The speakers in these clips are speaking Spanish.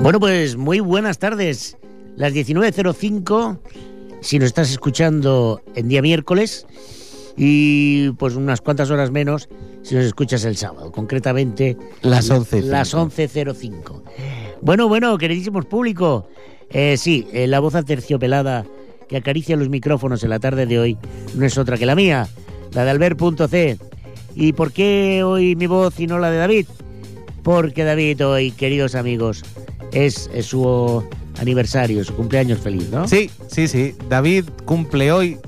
Bueno, pues muy buenas tardes. Las 19.05, si nos estás escuchando en día miércoles, y pues unas cuantas horas menos si nos escuchas el sábado, concretamente Las 11:05. Las 11.05. Bueno, bueno, queridísimos público, eh, sí, eh, la voz aterciopelada que acaricia los micrófonos en la tarde de hoy no es otra que la mía, la de Albert.c. ¿Y por qué hoy mi voz y no la de David? Porque David hoy, queridos amigos, es, es su aniversario, su cumpleaños feliz, ¿no? Sí, sí, sí. David cumple hoy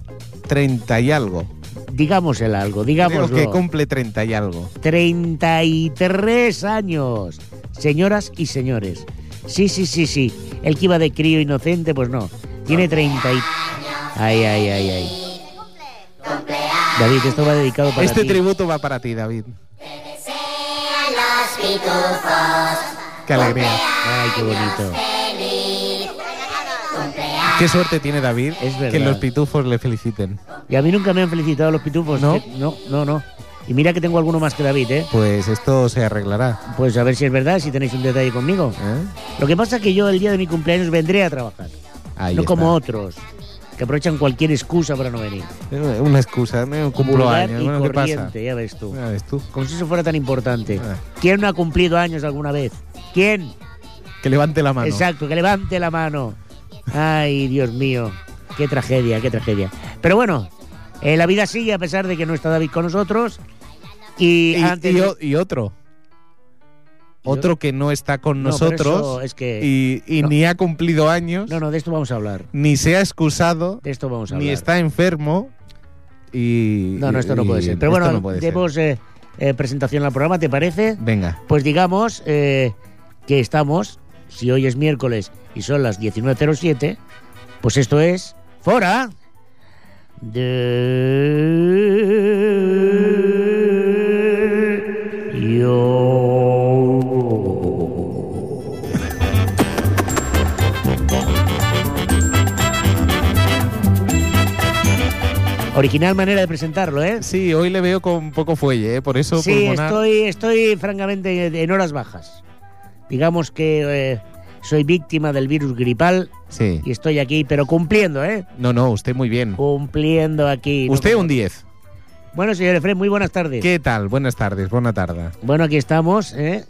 30 y algo. Digámosle algo, digámoslo. Creo que cumple 30 y algo. 33 años, señoras y señores. Sí, sí, sí, sí. El que iba de crío inocente, pues no. Tiene 30 y... Ay, ay, ay, ay. David, esto va dedicado para este ti. tributo va para ti, David. Sean los pitufos, Qué alegría. Ay, qué bonito. feliz. Qué suerte tiene David Es verdad. que los pitufos le feliciten. Y a mí nunca me han felicitado los pitufos. ¿No? que- no, no, no. Y mira que tengo alguno más que David, ¿eh? Pues esto se arreglará. Pues a ver si es verdad, si tenéis un detalle conmigo. ¿eh? Lo que pasa es que yo el día de mi cumpleaños vendré a trabajar. Ahí no está. como otros, que aprovechan cualquier excusa para no venir. Eh, Una excusa, ¿no? cumplo Vulgar años. y Bueno, ¿qué pasa? Eh. corriente, ya ves tú. Ya ves tú. Como si eso fuera tan importante. Ah. ¿Quién no ha cumplido años alguna vez? ¿Quién? Que levante la mano. Exacto, que levante la mano. Ay, Dios mío. Qué tragedia, qué tragedia. Pero bueno, eh, la vida sigue a pesar de que no está David con nosotros. Y, Y, antes. y de- o- y otro. Otro que no está con No, pero nosotros eso es que- y, y no. ni ha cumplido años, No, no, de esto vamos a hablar. ni se ha excusado, De esto vamos a hablar. ni está enfermo. Y, No, no, esto no y- puede ser. Pero esto bueno, no puede ser. demos eh, eh, presentación al programa, ¿te parece? Venga. Pues digamos eh, que estamos, si hoy es miércoles y son las 19.07, pues esto es Fora de... Yo... Original manera de presentarlo, ¿eh? Sí, hoy le veo con poco fuelle, ¿eh? por eso Sí, pulmonar. estoy, estoy francamente en horas bajas. Digamos que eh, soy víctima del virus gripal Sí. y estoy aquí, pero cumpliendo, ¿eh? No, no, usted muy bien. Cumpliendo aquí. ¿no? Usted un 10. Bueno, señor Efren, muy buenas tardes. ¿Qué tal? Buenas tardes, buena tarde. Bueno, aquí estamos, ¿eh?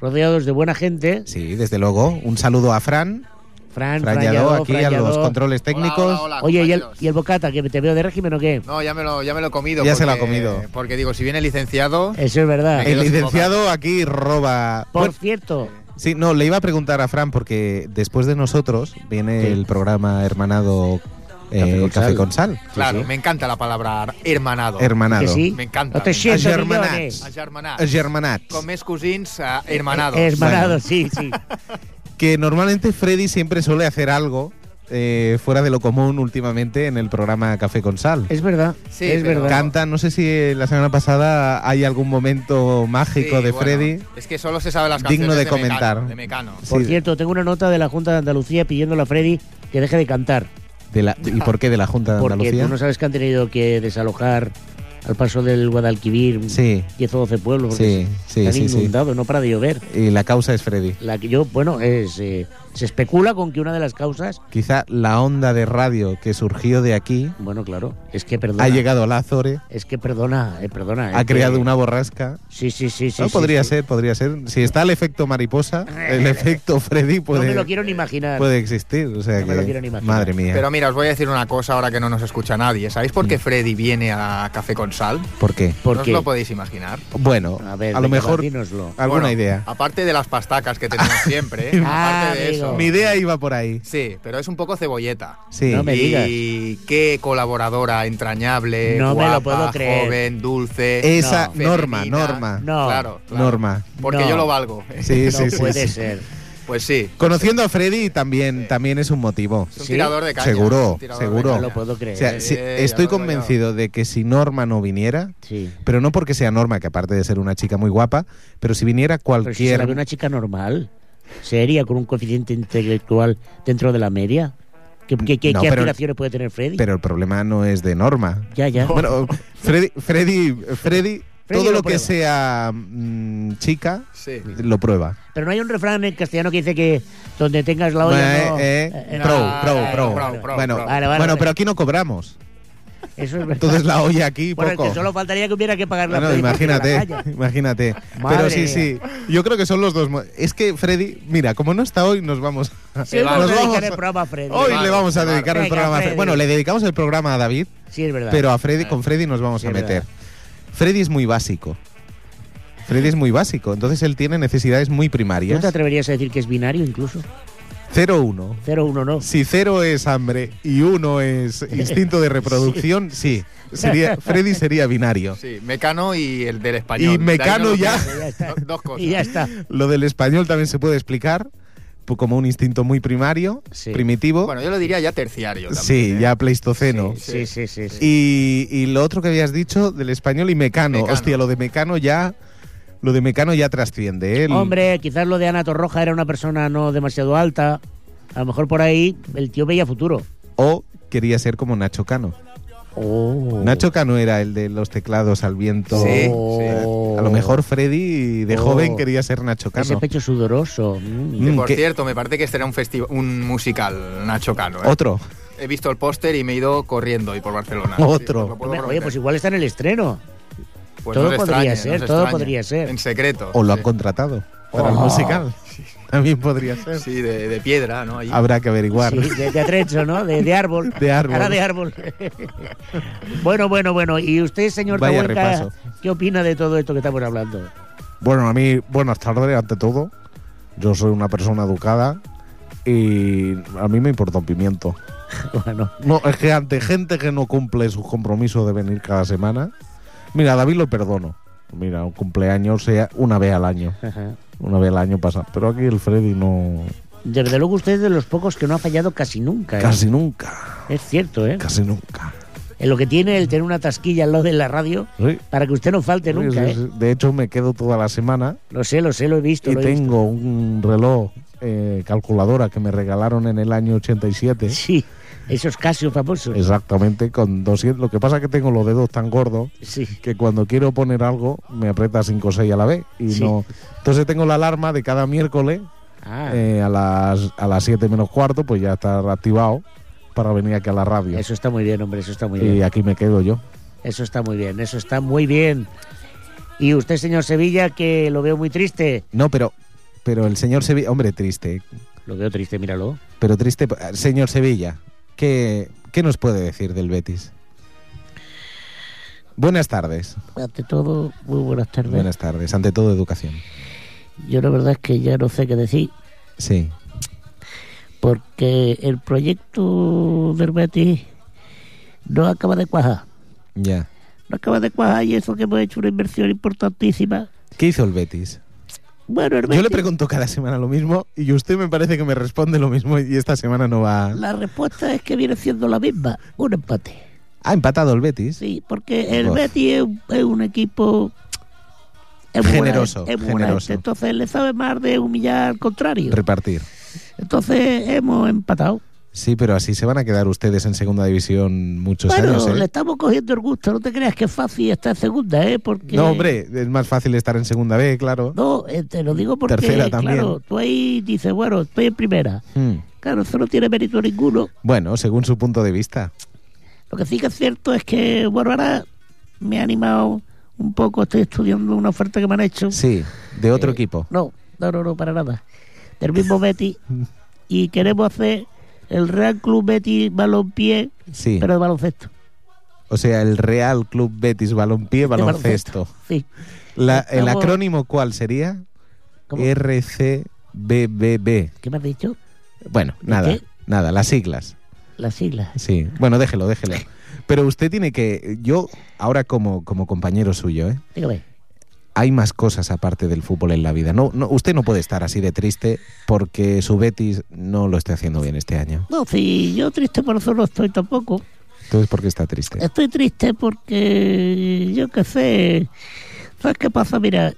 Rodeados de buena gente. Sí, desde luego. Un saludo a Fran. Fran, Fran Fran Lladó, Lladó, aquí Fran a los Lladó. controles técnicos. Hola, hola, hola, Oye, ¿y el, compañeros. ¿y el bocata? ¿Que te veo de régimen o qué? No, ya me lo, ya me lo he comido. Ya porque- se lo ha comido. Porque digo, si viene licenciado, Eso es verdad. El Quedo sin licenciado aquí roba. Por Bueno, cierto, sí, no, le iba a preguntar a Fran porque después de nosotros viene Sí. el programa hermanado eh, Café Café, con con Sal. Sal. claro, sí. me encanta la palabra hermanado. Hermanado. que sí. Me encanta, No te me encanta. siento Agermanats. millones. Agermanat. Germanat. Con més cosins, eh, hermanados. Hermanado, sí, sí. Que normalmente Freddy siempre suele hacer algo eh, fuera de lo común últimamente en el programa Café con Sal. Es verdad, Sí, es pero- verdad. Canta, no sé si eh, la semana pasada hay algún momento Sí, mágico de bueno, Freddy. Es que solo se sabe las canciones Digno de Mecano, comentar. de Mecano. Sí, Por cierto, tengo una nota de la Junta de Andalucía pidiéndole a Freddy que deje de cantar. de la- ¿Y por qué de la Junta de Porque Andalucía? tú no sabes que han tenido que desalojar al paso del Guadalquivir Sí, 10 o 12 pueblos. porque sí, sí, se sí, han sí. inundado, no para de llover. Y la causa es Freddy. La que yo, bueno, es, eh, se especula con que una de las causas, Quizá la onda de radio que surgió de aquí bueno, claro, es que perdona. ha llegado a la Azore, Es que perdona, eh, perdona. ha es que- creado una borrasca. Sí, sí, sí, sí. No, sí, podría sí. Eh. ser, podría ser. Si está el efecto mariposa, el efecto Freddy No puede, me lo quiero ni imaginar. puede existir. O sea No me lo que- quiero ni imaginar. madre mía. Pero mira, os voy a decir una cosa ahora que no nos escucha nadie. ¿Sabéis por qué Freddy viene a Café con Sal? ¿Por qué? no os Porque, lo podéis imaginar. Bueno, a a, ver, lo venga, mejor dínoslo. alguna Bueno, idea. Aparte de las pastacas que tenemos siempre, ¿eh? Ah, aparte de amigo. eso. Mi idea iba por ahí. Sí, pero es un poco cebolleta. Sí. No me- digas. Y qué colaboradora entrañable, No me lo guapa, puedo creer. joven, dulce. Esa No. norma, femenina. norma. No. Claro, claro. Norma. Porque No. yo lo valgo. Sí, no sí, sí, puede sí. ser. Pues sí. Conociendo a Freddy también, Sí. también es un motivo. Es un ¿Sí? tirador de caña. Seguro, es un tirador de seguro. No caña. lo puedo creer. O sea, si- Eh, ya estoy lo digo convencido de que si Norma no viniera, sí. pero no porque sea Norma, que aparte de ser una chica muy guapa, pero si viniera Pero si se la cualquier... ve una chica normal, seria, con un coeficiente intelectual dentro de la media, ¿qué, qué- qué- No, qué pero- aspiraciones puede tener Freddy? Pero el problema no es de Norma. ya, ya. Bueno, Freddy, Freddy, Freddy Freddy Todo lo, lo que prueba. sea mm, chica Sí. lo prueba. Pero no hay un refrán en castellano que dice que donde tengas la olla Eh, no... ah, eh, no, pro, no, pro, pro. no, no, no, no. Pro, bueno, pro. Vale, vale, bueno vale. pero aquí no cobramos. Eso es verdad. Entonces la olla aquí Bueno, es que poco. solo faltaría que hubiera que pagar la Bueno, prima de la imagínate, calle. imagínate. Madre Pero sí, sí. Yo creo que son los dos. mo- Es que Freddy, mira, como no está hoy, nos vamos. Sí, hoy Nos vamos a dedicar vamos- el programa a Freddy. Hoy Vamos, le vamos a vamos. dedicar el Venga, programa. a Fre- Freddy. Bueno, le dedicamos el programa a David, Sí, es verdad. pero a Freddy, con Freddy nos vamos Sí, a es meter. verdad. Freddy es muy básico. Freddy es muy básico, entonces él tiene necesidades muy ¿Tú primarias. te atreverías a decir que es binario incluso? 0-1. 0-1 no. Si cero es hambre y uno es instinto de reproducción, sí. Sería, Freddy sería binario. Sí, Mecano y el del español. Y Mecano De ahí no lo ya. pienso, está. Do- Dos cosas. Y ya está. Lo del español también se puede explicar pu- como un instinto muy primario, Sí. primitivo. Bueno, yo lo diría ya terciario. También, sí, ¿eh? ya pleistoceno. Sí, sí, sí. sí. Y, y lo otro que habías dicho del español y mecano. Mecano. Hostia, lo de mecano ya. Lo de mecano ya trasciende, ¿eh? El- Hombre, quizás lo de Ana Torroja era una persona no demasiado alta. A lo mejor por ahí el tío veía futuro. O quería ser como Nacho Cano. Oh. Nacho Cano era el de los teclados al viento. Sí, Oh. A lo mejor Freddy de Oh. joven quería ser Nacho Ese Cano. pecho sudoroso. mm. Que, Mm, por que- cierto, me parece que este era un, festi- un musical, Nacho Cano. ¿eh? Otro. He visto el póster y me he ido corriendo hoy por Barcelona. Otro. Sí, lo puedo Hombre, Oye, prometer. pues igual está en el estreno. Pues todo se podría extrañe, ser, se todo extrañe. podría ser. En secreto. O lo han sí. contratado para el Oh. musical. También podría ser. Sí, de, de piedra, ¿no? Allí. Habrá que averiguar. Sí, de, de atrecho, ¿no? De, de árbol. De árbol. Cara de árbol. bueno, bueno, bueno. ¿Y usted, señor Vaya Tahuelca, repaso. qué opina de todo esto que estamos hablando? Bueno, a mí, buenas tardes, ante todo. Yo soy una persona educada y a mí me importa un pimiento. Bueno, No, es que ante gente que no cumple sus compromisos de venir cada semana. Mira, a David lo perdono. Mira, un cumpleaños sea una vez al año. ajá. Una vez al año pasa. Pero aquí el Freddy no. desde luego usted es de los pocos que no ha fallado casi nunca. ¿eh? Casi nunca. Es cierto, ¿eh? Casi nunca. En lo que tiene el tener una tasquilla al lado de la radio Sí, para que usted no falte sí, nunca, sí, ¿eh? sí. De hecho, me quedo toda la semana Lo sé, lo sé, lo he visto. y lo he visto. tengo un reloj eh, calculadora que me regalaron en el año 87. Sí, esos casios famosos. Exactamente, con 200. Lo que pasa es que tengo los dedos tan gordos Sí. que cuando quiero poner algo me aprieta 5 o 6 a la vez. Y Sí. no... Entonces tengo la alarma de cada miércoles Ah, eh, a las a las 7 menos cuarto, pues ya está activado para venir aquí a la radio. eso está muy bien, hombre, eso está muy bien. Y aquí me quedo yo. Eso está muy bien, eso está muy bien. Y usted, señor Sevilla, que lo veo muy triste. No, pero, pero el señor Sevilla, hombre, triste, Lo veo triste, míralo. pero triste. eh, Señor Sevilla, ¿qué, ¿qué nos puede decir del Betis? Buenas tardes. Ante todo, muy buenas tardes. Buenas tardes. Ante todo, educación. Yo la verdad es que ya no sé qué decir, Sí. porque el proyecto del Betis no acaba de cuajar. Ya. No acaba de cuajar y eso que hemos hecho una inversión importantísima. ¿Qué hizo el Betis? Bueno, el Yo le Betis- pregunto cada semana lo mismo y usted me parece que me responde lo mismo y esta semana no va. La respuesta es que viene siendo la misma, un empate. Ha empatado el Betis. Sí, porque el Uf. Betis es un, es un equipo es Generoso, volante, es volante. generoso. Entonces le sabe más de humillar al contrario. Repartir. Entonces hemos empatado. Sí, pero así se van a quedar ustedes en segunda división muchos bueno, años. ¿eh? le estamos cogiendo el gusto. No te creas que es fácil estar en segunda, ¿eh? Porque No, hombre, es más fácil estar en segunda B, claro. No, eh, te lo digo porque Tercera también. claro, tú ahí dices, bueno, estoy en primera. Mm. Claro, eso no tiene mérito ninguno. Bueno, según su punto de vista. Lo que sí que es cierto es que, bueno, ahora me ha animado un poco. Estoy estudiando una oferta que me han hecho. Sí, de otro equipo. Eh, No, no, no, no, para nada. Del mismo Betty. Y queremos hacer el Real Club Betty Balompié, Sí. pero de baloncesto. O sea, el Real Club Betis Balompié De Baloncesto. Sí. La- ¿El Estamos- acrónimo cuál sería? ¿Cómo? Er- RCBBB. ¿Qué me has dicho? Bueno, nada, qué? nada, las siglas. Las siglas. Sí, bueno, déjelo, déjelo. Pero usted tiene que, yo ahora como, como compañero suyo, ¿eh? Dígame. hay más cosas aparte del fútbol en la vida. No, no, usted no puede estar así de triste porque su Betis no lo esté haciendo bien este año. No, si yo triste por eso no estoy tampoco. Entonces, ¿por qué está triste? Estoy triste porque yo qué sé. ¿Sabes qué pasa? Mira,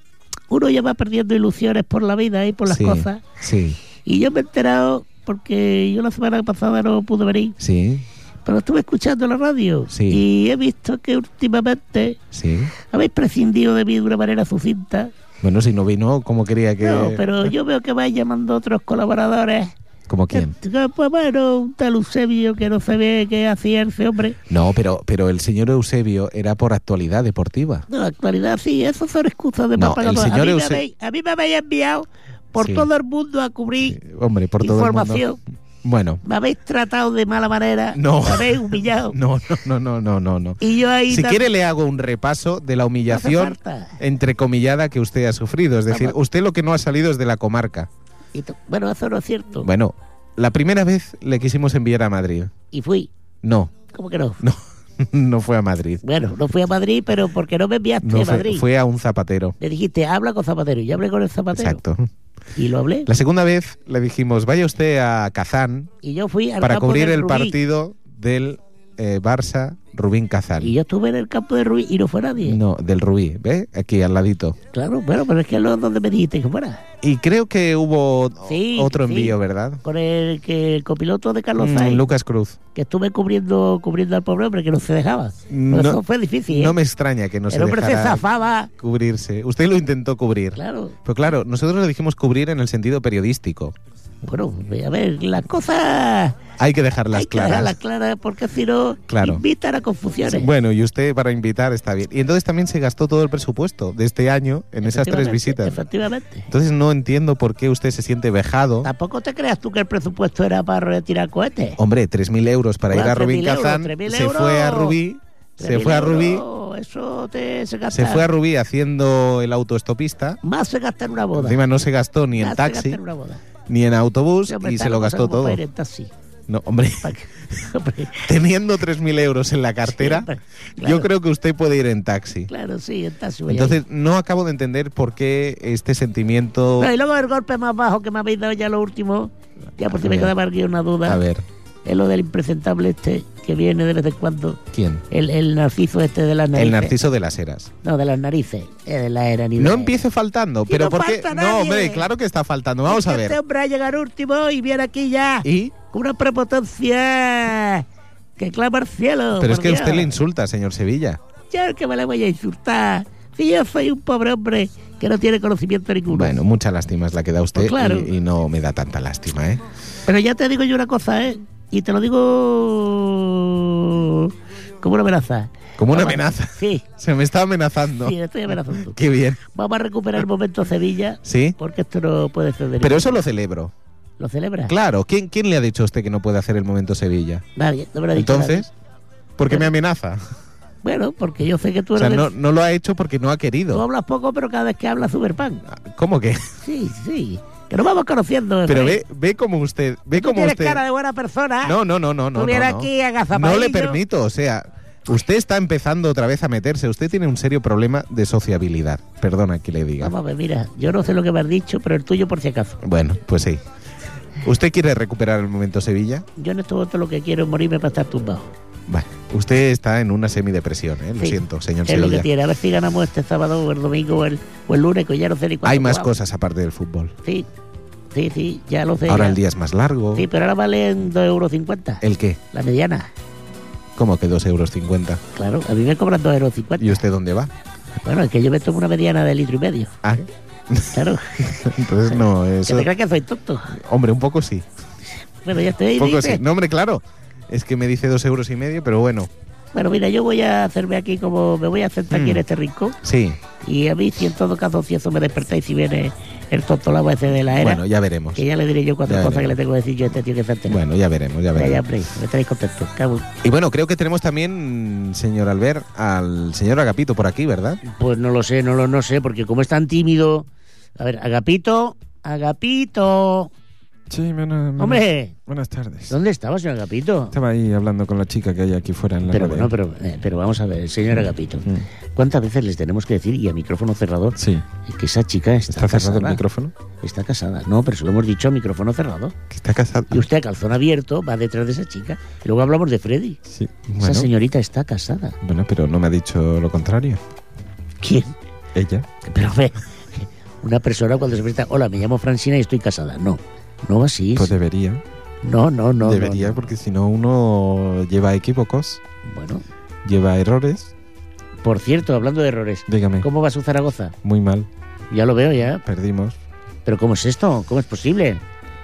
uno ya va perdiendo ilusiones por la vida y por las sí, cosas. Sí, Y yo me he enterado porque yo la semana pasada no pude venir. sí. Pero estuve escuchando la radio Sí. y he visto que últimamente Sí. habéis prescindido de mí de una manera sucinta. Bueno, si no vino, ¿cómo quería que...? No, pero yo veo que vais llamando a otros colaboradores. ¿Como quién? Que- que, pues, bueno, un tal Eusebio que no se ve qué hacía ese hombre. No, pero, pero el señor Eusebio era por actualidad deportiva. No, en actualidad sí, eso son excusas de No, papá. el Noel. señor a, mí me Euse- habéis, a mí me habéis enviado por Sí. todo el mundo a cubrir Eh, Hombre, por todo el mundo. información. Bueno, Me habéis tratado de mala manera, No. me habéis humillado. no, no, no, no, no, no, no. Y yo ahí Si tan- quiere le hago un repaso de la no hace humillación falta. entrecomillada que usted ha sufrido. Es decir, Vamos. usted lo que no ha salido es de la comarca. Y tú- Bueno, eso no es cierto. Bueno, la primera vez le quisimos enviar a Madrid. Y fui. No, ¿Cómo que no? no, no fue a Madrid. Bueno, no fui a Madrid, pero porque no me enviaste No a fue, Madrid. fue a un zapatero. Me dijiste, habla con Zapatero. Y yo hablé con el Zapatero. Exacto. Y lo hablé. La segunda vez le dijimos, vaya usted a Kazán Y yo fui al para campo cubrir del el Rubí. partido del eh, Barça Rubín Kazán. Y yo estuve en el campo de Rubí y no fue nadie. No, del Rubí, ¿ves? Aquí al ladito. Claro, bueno, pero es que no es donde me dijiste que fuera. Y creo que hubo Sí, otro sí. envío, ¿verdad? Con el, que, el copiloto de Carlos Mm, Sainz, Lucas Cruz. que estuve cubriendo cubriendo al pobre hombre que no se dejaba. Pero Mm, No- eso fue difícil. ¿eh? No me extraña que no se el hombre se dejara zafaba. cubrirse. Usted lo intentó cubrir. Claro. Pero claro, nosotros lo dijimos cubrir en el sentido periodístico. Bueno, a ver, las cosas Hay que dejarlas hay que claras. dejarlas claras porque si no Claro. invitan a confusiones. Bueno, y usted para invitar está bien. Y entonces también se gastó todo el presupuesto de este año en esas tres Efectivamente, visitas. Efectivamente. Entonces no entiendo por qué usted se siente vejado. Tampoco te creas tú que el presupuesto era para retirar cohetes. Hombre, 3.000 euros para ir Bueno, a Rubín 3.000 euros, Kazán. 3.000 Se fue a euros. Rubí. Se 3.000 fue a Rubí. euros, Eso te, se gasta. Se fue a Rubí haciendo el autoestopista. Más se gasta en una boda. Encima no se gastó ni en Más se gasta taxi, en una boda. ni en autobús Sí, hombre, y está se lo la cosa gastó como todo. para ir en taxi. No, hombre, Pa' que- hombre, teniendo 3.000 euros en la cartera, hombre, yo claro. creo que usted puede ir en taxi. claro, sí, en taxi. voy a ir. Entonces, no acabo de entender por qué este sentimiento... No, y luego el golpe más bajo que me habéis dado ya lo último, ya porque A me ver. quedaba aquí una duda, A ver, es lo del impresentable este que viene de vez en cuando, ¿quién? el, el narciso este de las narices. El narciso de las eras. No, de las narices, eh, de la era ni No de- empiece faltando, Si pero no ¿por qué? falta No, nadie. hombre, claro que está faltando. Vamos a Este ver. hombre va a llegar último y viene aquí ya Y... con una prepotencia que clama al cielo. Pero es por que a usted Dios. le insulta, señor Sevilla. Yo que me la voy a insultar. Si yo soy un pobre hombre que no tiene conocimiento ninguno. Bueno, mucha lástima es la que da usted Pues claro. y, y no me da tanta lástima, ¿eh? Pero ya te digo yo una cosa, ¿eh? Y te lo digo como una amenaza. Como una Vamos- amenaza. Sí, Se me está amenazando. sí, estoy amenazando. Qué bien. Vamos a recuperar el momento Sevilla, ¿Sí? porque esto no puede ceder. Pero eso lo celebro. ¿Lo celebra? Claro, ¿quién, quién le ha dicho a usted que no puede hacer el momento Sevilla? Nadie, no me lo ha dicho Entonces, ¿por qué me amenaza? nadie. Bueno, porque yo sé que tú O sea, eres... no, no lo ha hecho porque no ha Tú querido. hablas poco, pero cada vez que hablas superpan. ¿Cómo que? Sí, sí. Que nos vamos conociendo. Pero Efraín. ve, ve como usted, ve Tú como tienes usted. cara de buena persona. No, no, no, no, no. Estuviera no, no. aquí No agazapadillo. le permito, o sea, usted está empezando otra vez a meterse. Usted tiene un serio problema de sociabilidad. Perdona que le diga. Vamos a ver, mira, yo no sé lo que me has dicho, pero el tuyo por si acaso. Bueno, pues sí. ¿Usted quiere recuperar el momento Sevilla? Yo en este momento lo que quiero es morirme para estar tumbado. Vale. Usted está en una semidepresión, ¿eh? Lo Sí. siento, señor es lo que Sevilla. tiene. A ver si ganamos este sábado o el domingo o el, o el lunes, que ya no sé ni cuándo. Hay más jugamos. cosas aparte del fútbol. Sí, sí, sí, ya lo sé. Ahora ya. el día Eh. es más largo. Sí, pero ahora valen 2,50 euros. ¿El qué? La mediana. ¿Cómo que 2,50 euros? cincuenta? Claro, a mí me cobran 2,50 euros. ¿Y usted dónde va? Bueno, es que yo me tomo una mediana de litro y medio. Ah, Claro, entonces no, que eso... te creas que soy tonto. Hombre, un poco sí. Bueno, ya estoy. Un poco dice. sí. No, hombre, claro. Es que me dice dos euros y medio, pero bueno. Bueno, mira, yo voy a hacerme aquí como. Me voy a sentar Mm. aquí en este rincón. Sí. Y a mí, si en todo caso, si eso me despertáis, si viene el tontolabo ese de la era, Bueno, ya veremos. que ya le diré yo cuatro Ya cosas que veremos. le tengo que decir yo a este tío que se ha enterado. Bueno, ya veremos, ya Ya, ya, veremos. hombre, me tenéis contento. Cago en- Y bueno, creo que tenemos también, señor Albert, al señor Agapito por aquí, ¿verdad? Pues no lo sé, no lo no sé, porque como es tan tímido. A ver, Agapito, Agapito. Sí, buena- buenas, Hombre, buenas tardes. ¿dónde estaba, señor Agapito? Estaba ahí hablando con la chica que hay aquí fuera en la Pero bueno, radio. pero, eh, pero vamos a ver, señor Agapito. Mm. ¿Cuántas veces les tenemos que decir, y a micrófono cerrado, Sí. que esa chica está, ¿Está cerrado el casada? micrófono? Está casada. No, pero se lo hemos dicho a micrófono cerrado. ¿Que está casada? Y usted a calzón abierto va detrás de esa chica. Y luego hablamos de Freddy. Sí. Esa Bueno, señorita está casada. bueno, pero no me ha dicho lo contrario. ¿Quién? Ella. Pero ve, una persona cuando se presenta, hola, me llamo Francina y estoy casada. No, no así. Pues debería. No, no, no. no, Debería, no. porque si no uno lleva equívocos, Bueno, lleva errores. por cierto, hablando de errores, Dígame, ¿cómo va su Zaragoza? muy mal, Ya lo veo ya. perdimos. Pero ¿cómo es esto? ¿Cómo es posible?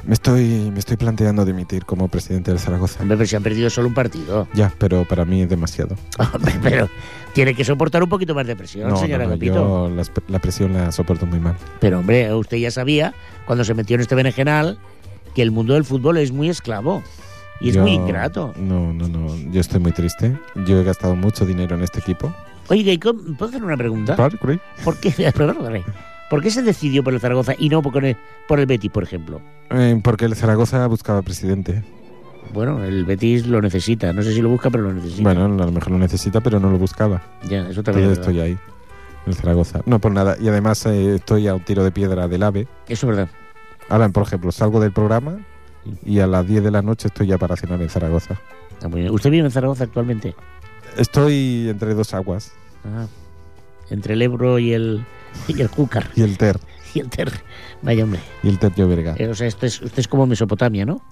Me estoy, me estoy planteando dimitir como presidente del Zaragoza. Hombre, pero si han perdido solo un partido. Ya, pero para mí es demasiado. Hombre, pero tiene que soportar un poquito más de presión, señora Copito. yo las- la, presión la soporto muy mal. Pero hombre, usted ya sabía, cuando se metió en este berenjenal, que el mundo del fútbol es muy esclavo. Y es Yo- muy ingrato. No, no, no. Yo estoy muy triste. Yo he gastado mucho dinero en este equipo. Oye, ¿puedo hacer una pregunta? Par, Craig. ¿Por qué, perdóname, ¿por qué se decidió por el Zaragoza y no por el, por el Betis, por ejemplo? Eh, porque el Zaragoza buscaba presidente. Bueno, el Betis lo necesita. No sé si lo busca, pero lo necesita. Bueno, a lo mejor lo necesita, pero no lo buscaba. ya, eso Yo también. es verdad. estoy ahí, en el Zaragoza. No por nada. Y además eh, estoy a un tiro de piedra del AVE. Eso es verdad. Ahora, por ejemplo, salgo del programa y a las 10 de la noche estoy ya para cenar en Zaragoza. Está muy bien. ¿Usted vive en Zaragoza actualmente? Estoy entre dos aguas Ah, entre el Ebro y el, y el Júcar y el Ter. y el Ter. Vaya hombre. Y el Ter Llobregat. Eh, o sea, esto es, usted es como Mesopotamia, ¿no?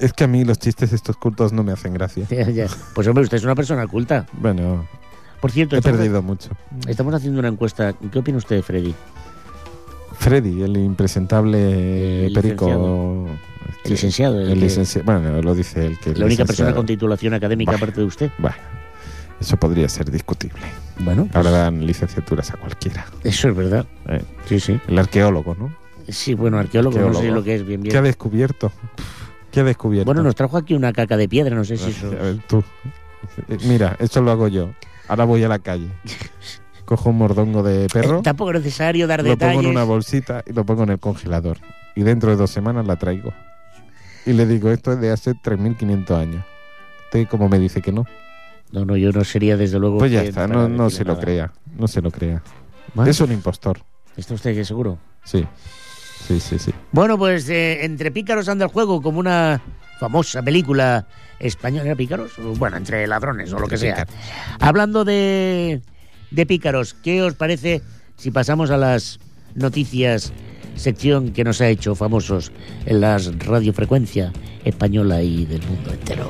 Es que a mí los chistes estos cultos no me hacen gracia. Ya, ya. Pues hombre, usted es una persona culta. Bueno, Por cierto, he estamos, perdido mucho. estamos haciendo una encuesta. ¿Qué opina usted de Freddy? Freddy, el impresentable El perico. El licenciado, el el que- licenci- Bueno, lo dice el que. La única persona licenciado. con titulación académica Bah. aparte de usted. Bueno, eso podría ser discutible. Bueno, Ahora dan licenciaturas a cualquiera. eso es verdad. Eh, Sí, sí. El arqueólogo, ¿no? Sí, bueno, arqueólogo, no sé Arqueólogo. lo que es bien ¿Qué ha bien. descubierto? ¿Qué ha descubierto? Bueno, nos trajo aquí una caca de piedra, no sé si A eso... ver, tú. Eh, Mira, eso lo hago yo. Ahora voy a la calle. Cojo un mordongo de perro, Eh, tampoco es necesario dar lo detalles. pongo en una bolsita y lo pongo en el congelador. Y dentro de dos semanas la traigo. Y le digo, esto es de hace 3.500 años. Usted como me dice que no. No, no, yo no sería desde luego... Pues ya quien está, para no, no decirle se lo nada. crea. No se lo crea. Bueno, Es un impostor. ¿Está usted que seguro? Sí. Sí, sí, sí. Bueno, pues eh, entre pícaros anda el juego, como una famosa película española. ¿Era pícaros? O, Bueno, entre ladrones o lo que sea. Hablando de, de pícaros, ¿qué os parece si pasamos a las noticias, sección que nos ha hecho famosos en la radiofrecuencia española y del mundo entero?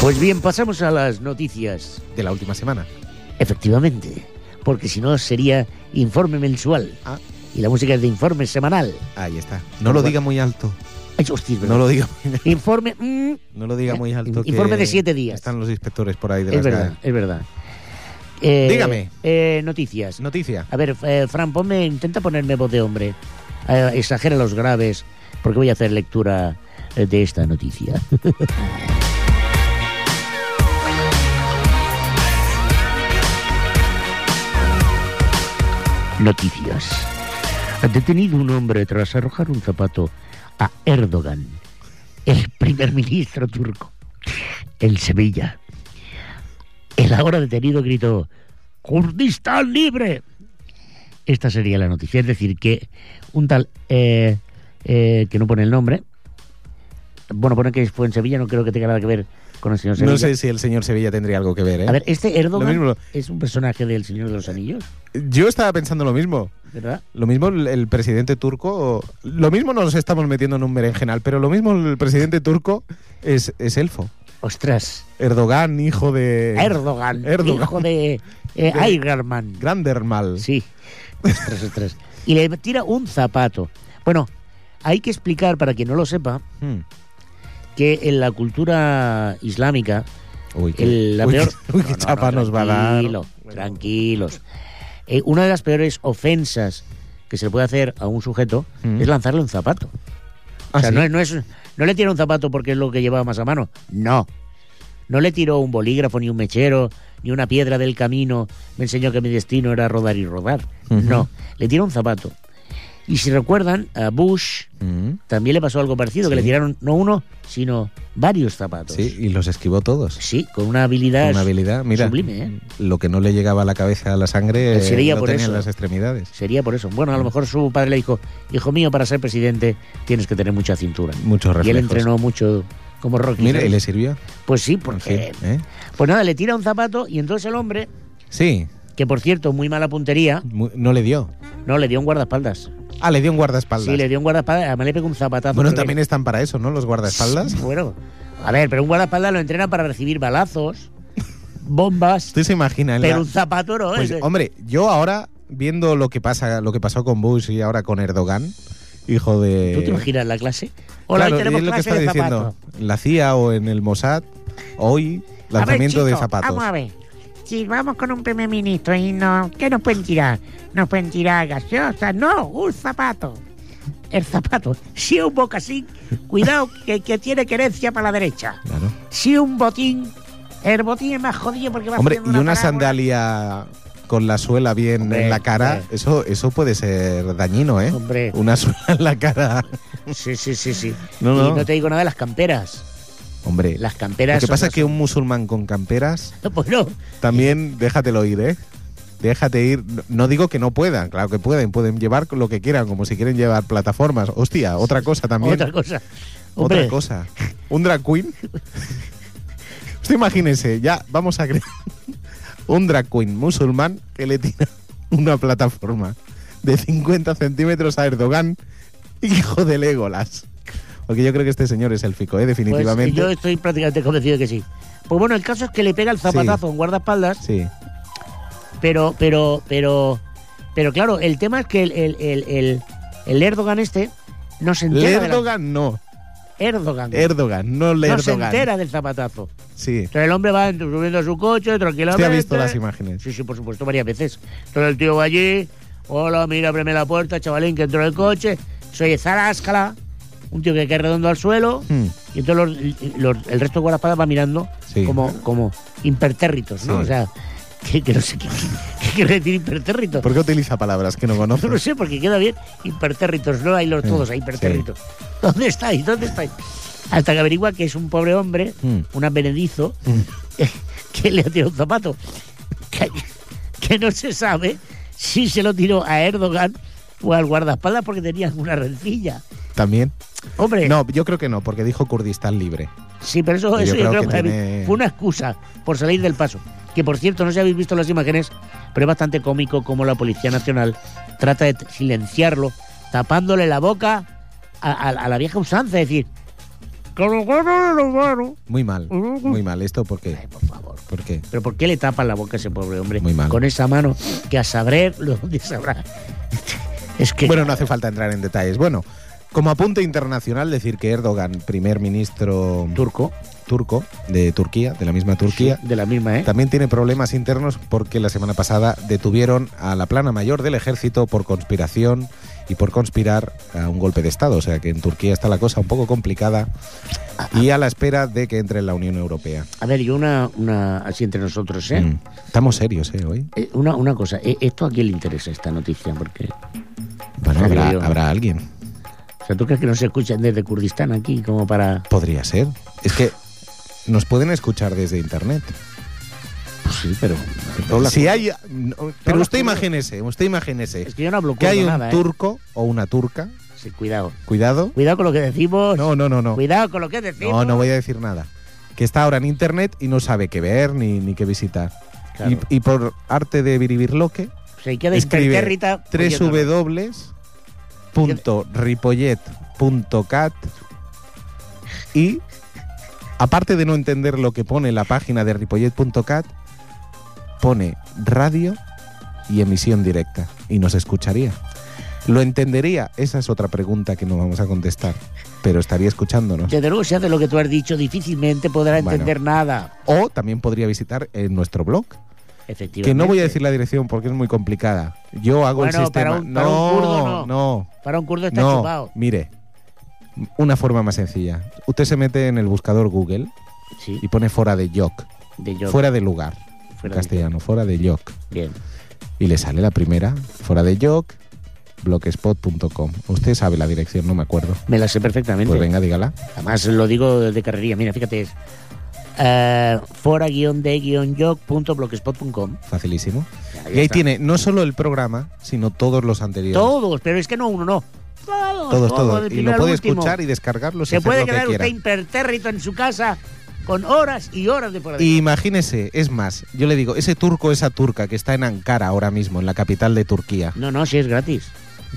Pues bien, pasamos a las noticias. De la última semana. Efectivamente, porque si no sería informe mensual. Ah. Y la música es de informe semanal. Ahí está. No lo diga muy alto. Ay, hostia, es verdad. lo diga Informe. mm, No lo diga muy alto. que Informe de siete días. Están los inspectores por ahí de es las verdad, es verdad. Eh, Dígame. eh, noticias. Noticia. A ver, eh, Fran, ponme, intenta ponerme voz de hombre. Eh, exagera los graves, porque voy a hacer lectura eh, de esta noticia. Noticias. Ha detenido un hombre tras arrojar un zapato a Erdogan, el primer ministro turco, en Sevilla. El ahora detenido gritó, Kurdistán libre. Esta sería la noticia. Es decir, que un tal eh, eh, que no pone el nombre, bueno, pone que fue en Sevilla, no creo que tenga nada que ver con el señor Sevilla. No sé si el señor Sevilla tendría algo que ver, ¿eh? A ver, este Erdogan Lo mismo. es un personaje del Señor de los Anillos, Yo estaba pensando lo mismo. ¿verdad? Lo mismo el, el presidente turco. Lo mismo nos estamos metiendo en un berenjenal, pero lo mismo el presidente turco es, es elfo. Ostras, Erdogan, hijo de. Er- Erdogan, Erdogan. hijo de eh, De- Aigerman. Grandermal. Sí. Ostras, ostras. Y le tira un zapato. Bueno, hay que explicar, para quien no lo sepa, Hmm. que en la cultura islámica, Uy, qué, el- la uy, peor... qué- uy, qué No, no, no, chapa nos va a dar. tranquilo, Tranquilos. Eh, una de las peores ofensas que se le puede hacer a un sujeto Mm. es lanzarle un zapato. Ah, o sea, ¿sí? no, es- no es, no le tira un zapato porque es lo que llevaba más a mano. No. No le tiró un bolígrafo, ni un mechero, ni una piedra del camino. Me enseñó que mi destino era rodar y rodar. Ujú. No. Le tiró un zapato. Y si recuerdan, a Bush Hmm. también le pasó algo parecido, que Sí. le tiraron no uno, sino varios zapatos. Sí, y los esquivó todos. Sí, con una habilidad. Una habilidad, mira. sublime, ¿eh? Lo que no le llegaba a la cabeza a la sangre eh, Sería lo por tenía en eso. las extremidades. Sería por eso. Bueno, a Mm. lo mejor su padre le dijo, hijo mío, para ser presidente tienes que tener mucha cintura. Muchos reflejos. Y él entrenó mucho como Rocky. Mira, ¿sabes? y le sirvió. Pues sí, En porque... fin, ¿eh? Pues nada, le tira un zapato y entonces el hombre Sí, que por cierto, muy mala puntería. mu- no le dio. No, le dio un guardaespaldas. Ah, le dio un guardaespaldas. Sí, le dio un guardaespaldas. Además le pegó un zapatazo. Bueno, creo que también están para eso, ¿no? Los guardaespaldas. Bueno, a ver, pero un guardaespaldas lo entrena para recibir balazos, bombas, Usted se imagina. en la- pero un zapato no. ¿eh? Pues, Ese- hombre, yo ahora, viendo lo que pasa, lo que pasó con Bush y ahora con Erdogan, hijo de. ¿Tú te imaginas la clase? Hola, Claro, hoy tenemos es lo que clase está de diciendo. zapatos. en La CIA o en el Mossad, hoy, A ver, lanzamiento de chicos, zapatos. Vamos a ver. Si vamos con un primer ministro y no, ¿qué nos pueden tirar? ¿Nos pueden tirar gaseosa? No, un zapato. El zapato. Si un bocasín, cuidado, que, que tiene querencia para la derecha. Claro. Si un botín, el botín es más jodido porque va Hombre, haciendo y una parábola. sandalia con la suela bien Hombre, en la cara, hombre. eso eso puede ser dañino, ¿eh? Hombre, Una suela en la cara. sí, sí, sí, sí. No, y no. no te digo nada de las camperas. Hombre, Las lo camperas. que son pasa las- es que un musulmán con camperas, Bueno, también déjatelo ir, ¿eh? Déjate ir. No- No digo que no puedan, claro que pueden, pueden llevar lo que quieran, como si quieren llevar plataformas. Hostia, otra cosa también. otra cosa. Otra Hombre, cosa. Un drag queen. Usted imagínese, ya vamos a crear un drag queen musulmán que le tira una plataforma de 50 centímetros a Erdogan, hijo de Legolas. Porque yo creo que este señor es el fico, ¿eh? pues, definitivamente. yo estoy prácticamente convencido de que sí. Pues bueno, el caso es que le pega el zapatazo a un guardaespaldas Sí, Pero, pero, pero, pero claro, el tema es que el, el, el, el- el Erdogan este no se entera. de la- Erdogan no. Erdogan. Erdogan, no no le se Erdogan. entera del zapatazo. Sí. Entonces el hombre va subiendo a su coche tranquilamente. Usted ha visto las imágenes. Sí, sí, por supuesto, varias veces. Entonces el tío va allí. Hola, mira, abreme la puerta, chavalín, que entró el coche. Soy Zaráscala. Un tío que cae redondo al suelo. Hmm. Y entonces los- los- el resto de guardaespaldas va mirando Sí. como, como impertérritos, ¿no? Sí. O sea, que, que no sé qué, qué quiere decir impertérrito. ¿Por qué utiliza palabras que no conoce? No lo sé, porque queda bien. Impertérritos, no hay los Sí, todos, hay impertérritos. ¿Dónde estáis? ¿Dónde estáis? Hasta que averigua que es un pobre hombre, Mm. un advenedizo, que, que le ha tirado un zapato. Que, que no se sabe si se lo tiró a Erdogan o al guardaespaldas porque tenían una rencilla. También. Hombre, No, yo creo que no, porque dijo Kurdistán libre. sí, pero eso, Yo eso yo creo creo que que tiene- fue una excusa por salir del paso. Que por cierto, no sé si habéis visto las imágenes, pero es bastante cómico como la Policía Nacional trata de t- silenciarlo, tapándole la boca a, a- a la vieja usanza, es decir, "Que lo bueno es lo bueno". Muy mal. Muy mal. ¿Esto por Ay, qué? por favor. ¿Por qué? Pero ¿por qué le tapan la boca a ese pobre hombre? Muy mal. Con esa mano que a saber lo- dónde sabrá. Es que Bueno, no hace falta entrar en detalles. Bueno, como apunte internacional, decir que Erdogan, primer ministro turco turco de Turquía, de la misma Turquía, de la misma, ¿eh? también tiene problemas internos porque la semana pasada detuvieron a la plana mayor del ejército por conspiración y por conspirar a un golpe de Estado. O sea que en Turquía está la cosa un poco complicada y a la espera de que entre en la Unión Europea. A ver, yo una, una así entre nosotros, ¿eh? Mm. Estamos serios, ¿eh? Hoy. Eh, Una, una cosa, eh, ¿esto a quién le interesa esta noticia? Porque, Bueno, Serio. habrá, habrá alguien. o sea, ¿tú crees que no se escuchan desde Kurdistán aquí como para...? Podría ser. Es que nos pueden escuchar desde Internet. Pues sí, pero... Si hay, no, pero las usted curvas. imagínese, usted imagínese Es que yo no hablo que kurdo hay un nada, ¿eh? turco o una turca, Sí, cuidado. cuidado. Cuidado con lo que decimos. No, no, no, no. Cuidado con lo que decimos. No, no voy a decir nada. Que está ahora en internet y no sabe qué ver ni, ni qué visitar. Claro. Y, y por arte de biribirloque, Se queda escribe impertérrita. oyéndonos. 3w.ripollet.cat y aparte de no entender lo que pone la página de ripollet.cat, pone radio y emisión directa y nos escucharía. ¿Lo entendería? Esa es otra pregunta que no vamos a contestar, pero estaría escuchándonos. Desde luego, si hace lo que tú has dicho, difícilmente podrá Bueno. entender nada. O también podría visitar eh, nuestro blog, Efectivamente. que no voy a decir la dirección porque es muy complicada. Yo hago el Bueno, sistema. para un- para un kurdo no. no, Para un kurdo está no, chupado. mire, una forma más sencilla. Usted se mete en el buscador Google Sí, y pone fuera de yok, de yo. fuera de lugar, en Fuera de- castellano, fuera de yok. Bien. Y le sale la primera, fuera de yok, blogspot.com. Usted sabe la dirección, no me acuerdo. Me la sé perfectamente. Pues venga, dígala. Además, lo digo de carrería. Mira, fíjate. es, eh, fora-de-joc.blogspot.com Facilísimo. Ya, ya Y ahí está. tiene no solo el programa, sino todos los anteriores. Todos, pero es que no uno, no. Todos, todos, todos. del Y lo primero al puede último. escuchar y descargarlo si Se puede lo que quedar usted quiera. impertérrito en su casa con horas y horas de por ahí. Imagínese, es más, yo le digo, ese turco, esa turca que está en Ankara ahora mismo, en la capital de Turquía. No, no, si es gratis.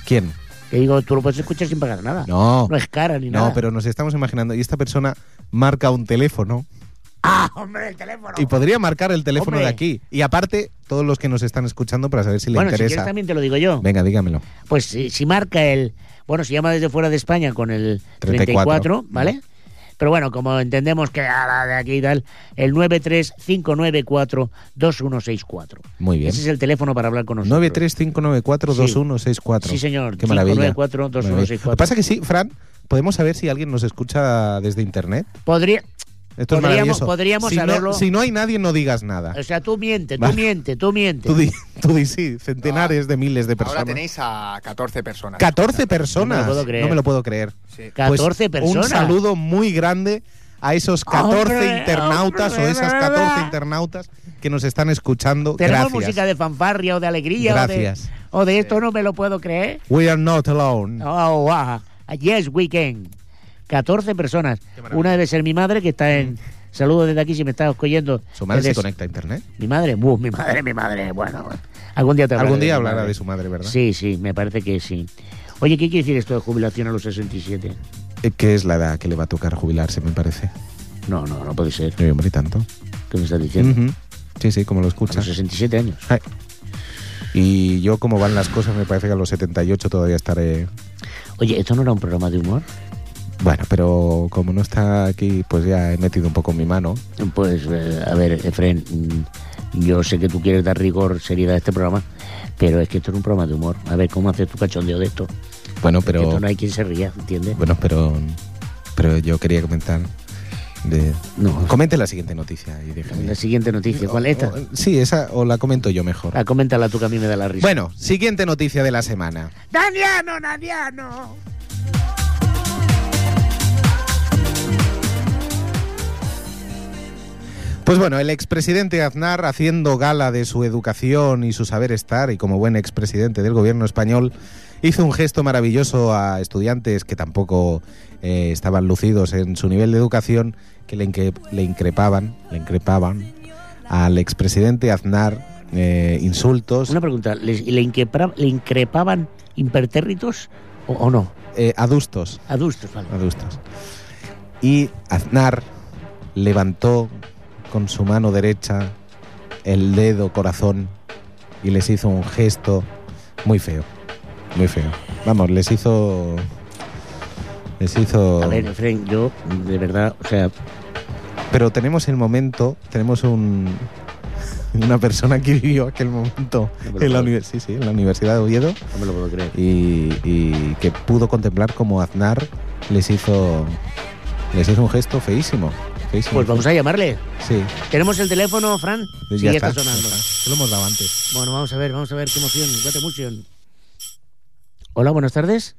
¿Quién? Que digo, tú lo puedes escuchar sin pagar nada. No, No es cara ni nada. no, pero nos estamos imaginando. Y esta persona marca un teléfono ¡Ah, hombre, el teléfono! y podría marcar el teléfono Hombre. de aquí. Y aparte, todos los que nos están escuchando para saber si le bueno, si interesa. quieres también te lo digo yo. Venga, dígamelo. Pues si, si marca el... Bueno, se llama desde fuera de España con el 34, 34, ¿vale? Pero bueno, como entendemos que a la de aquí y tal, el 935942164. Muy bien. Ese es el teléfono para hablar con nosotros. 935942164. Sí, señor. Qué maravilla. 594-2164. Muy bien. Lo que pasa que sí, Fran, podemos saber si alguien nos escucha desde internet. Podría... Esto Podríamos- es maravilloso. podríamos si no- saberlo. si no hay nadie, no digas nada. O sea, tú mientes, tú Vale. mientes, tú mientes. Tú di, tú di sí, centenares de miles de personas. Ahora tenéis a 14 personas. 14 personas. No me lo puedo creer. No me lo puedo creer. Sí. Pues 14 personas. Un saludo muy grande a esos 14 Hombre, internautas hombre, o esas de 14 verdad. internautas que nos están escuchando. Tenemos Gracias. música de fanfarria o de alegría Gracias. o de o de esto no me lo puedo creer. We are not alone. Oh, wow. Yes weekend. 14 personas. Una debe ser mi madre que está en Saludos desde aquí si me estás oyendo. Su madre se Desde- conecta a internet. Mi madre, buh, mi madre, mi madre. Bueno, algún día te hablaré Algún de día mi hablará madre. de su madre, ¿verdad? Sí, sí, me parece que sí. Oye, ¿qué quiere decir esto de jubilación a los 67? Eh, Que es la edad que le va a tocar jubilarse, me parece. No, no, no puede ser. No, hombre, y tanto. ¿Qué me estás diciendo? Ujú. Sí, sí, como lo A los escuchas. 67 años. Ay. Y yo, como van las cosas, me parece que a los 78 todavía estaré Oye, ¿esto no era un programa de humor? Bueno, pero como no está aquí, pues ya he metido un poco mi mano. Pues, eh, a ver, Efren, mm, yo sé que tú quieres dar rigor, seriedad a este programa, pero es que esto es un programa de humor. A ver, ¿cómo haces tu cachondeo de esto? Bueno, Que esto pero no hay quien se ría, ¿entiendes? bueno, pero pero yo quería comentar de No. comente la siguiente noticia y déjame. La siguiente noticia, ¿cuál es esta? O- o- sí, esa o la comento yo mejor. Ah, coméntala tú que a mí me da la risa. Bueno, siguiente noticia de la semana. ¡Daniano, Daniano! Pues bueno, el expresidente Aznar, haciendo gala de su educación y su saber estar, y como buen expresidente del gobierno español, hizo un gesto maravilloso a estudiantes que tampoco eh, estaban lucidos en su nivel de educación, que le, inque- le increpaban, le increpaban al expresidente Aznar eh, insultos Una pregunta, ¿le, le inquepra- le increpaban impertérritos o, o no? eh, adustos. Adustos, vale. adustos. Y Aznar levantó con su mano derecha el dedo corazón y les hizo un gesto muy feo. Muy feo. Vamos, les hizo. Les hizo. A ver, Efren, yo, de verdad, o sea, Pero tenemos el momento, tenemos un. Una persona que vivió aquel momento No me lo en la, puedo- univers- sí, sí, en la Universidad de Oviedo no me lo puedo creer. y, y que pudo contemplar como Aznar les hizo les hizo un gesto feísimo. feísimo. Pues vamos a llamarle. Sí, ¿Tenemos el teléfono, Fran? ya sí, está. está sonando. Se lo hemos dado antes. Bueno, vamos a ver, vamos a ver qué emoción, cuánta emoción. Hola, buenas tardes.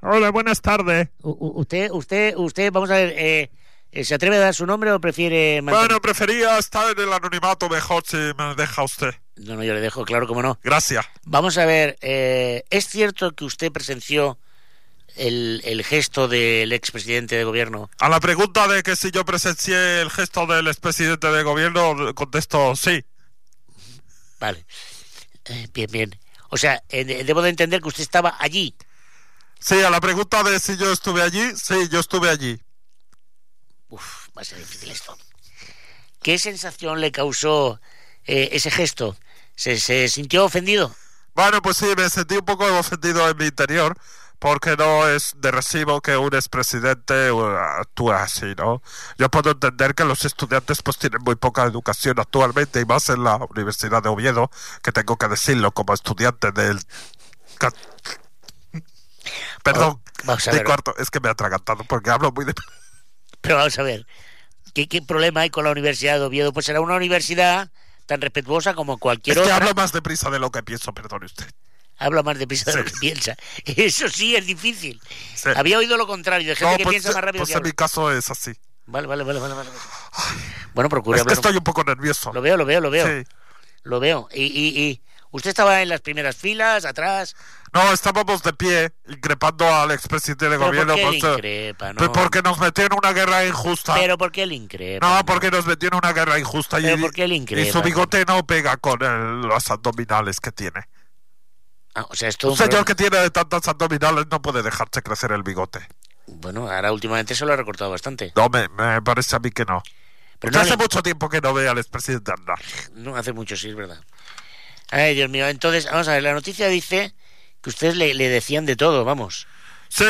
Hola, buenas tardes. U- u- usted, usted, usted, vamos a ver, eh, eh, ¿se atreve a dar su nombre o prefiere mantener- Bueno, prefería estar en el anonimato mejor si me deja usted. No, no, yo le dejo, claro, como no. Gracias. Vamos a ver, eh, ¿es cierto que usted presenció el, el gesto del expresidente de gobierno? A la pregunta de que si yo presencié el gesto del expresidente de gobierno, contesto sí. Vale. Eh, bien, bien. O sea, eh, de- debo de entender que usted estaba allí. Sí, a la pregunta de si yo estuve allí, sí, yo estuve allí. Uf, va a ser difícil esto. ¿Qué sensación le causó eh, ese gesto? ¿Se, se sintió ofendido? Bueno, pues sí, me sentí un poco ofendido en mi interior, porque no es de recibo que un expresidente uh, actúe así, ¿no? Yo puedo entender que los estudiantes pues tienen muy poca educación actualmente, y más en la Universidad de Oviedo, que tengo que decirlo como estudiante del... ca- Perdón, Vamos a de ver. cuarto, es que me he atragantado porque hablo muy de... Pero vamos a ver, ¿qué, qué problema hay con la Universidad de Oviedo? Pues será una universidad tan respetuosa como cualquier Es que otra. hablo más deprisa de lo que pienso, perdone usted. Habla más deprisa de lo Sí. que piensa. Eso sí es difícil. Sí. Había oído lo contrario, de gente No, que pues, piensa más rápido pues que en mi habla. caso es así. Vale, vale, vale, vale. vale. Bueno, procure Es que hablar. un- estoy un poco nervioso. Lo veo, lo veo, lo veo. Sí. Lo veo. Y, y, y ¿Usted estaba en las primeras filas, atrás? No, estábamos de pie, increpando al expresidente de ¿Pero gobierno. ¿Por qué le pues, eh, increpa? pues No. porque nos metió en una guerra injusta. ¿Pero por qué le increpa? no, porque nos metió en una guerra injusta y, ¿Pero por qué le increpa? y su bigote no pega con el- los abdominales que tiene. Ah, o sea, esto Un señor que tiene tantas abdominales no puede dejarse crecer el bigote. Bueno, ahora últimamente se lo ha recortado bastante. No, me, me parece a mí que no. Pero Yo no, Pues hace le- mucho tiempo que no veo al expresidente andar. no, hace mucho, sí, es verdad. Ay, Dios mío. Entonces, vamos a ver, la noticia dice que ustedes le, le decían de todo, vamos. Sí,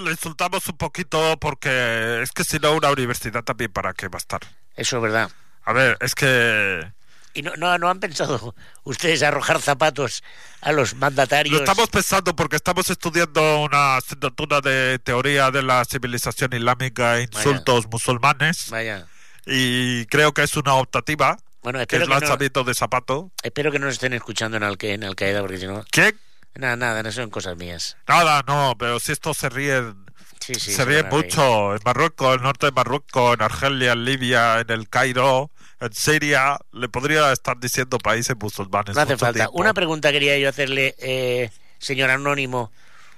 lo insultamos un poquito porque es que si no, una universidad también para qué va a estar. Eso es verdad. A ver, es que ¿Y no, no, no han pensado ustedes arrojar zapatos a los mandatarios? lo estamos pensando porque estamos estudiando una asignatura de teoría de la civilización islámica e insultos musulmanes Vaya. y creo que es una optativa, Bueno, que espero es que, no, lanzamiento de zapato. espero que no nos estén escuchando en, Al en Al Qaeda, porque si no. ¿Quién? Nada, nada, no son cosas mías. Nada, no, pero si estos se ríen Sí, sí, se ríen van a reír. mucho en Marruecos, en el norte de Marruecos, en Argelia, en Libia, en el Cairo, en Siria. Le podría estar diciendo países musulmanes. No hace mucho falta. tiempo. Una pregunta quería yo hacerle, eh, señor Anónimo.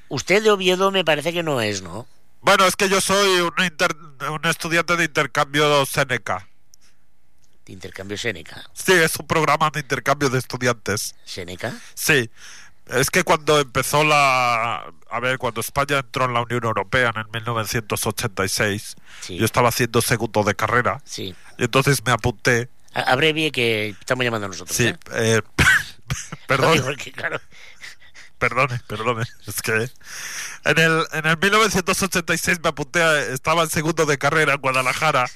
Usted de Oviedo me parece que no es, ¿no? Bueno, es que yo soy un, inter- un estudiante de intercambio Seneca. De intercambio Seneca. Sí, es un programa de intercambio de estudiantes. ¿Seneca? Sí. Es que cuando empezó la... A ver, cuando España entró en la Unión Europea en el 1986, Sí. yo estaba haciendo segundo de carrera. Sí. Y entonces me apunté. A- Abrevie que estamos llamando a nosotros. Sí, ¿eh? eh, No, perdón. digo, porque, claro, Perdone, perdone. Es que en el, en el 1986 me apunté, a- estaba en segundo de carrera en Guadalajara,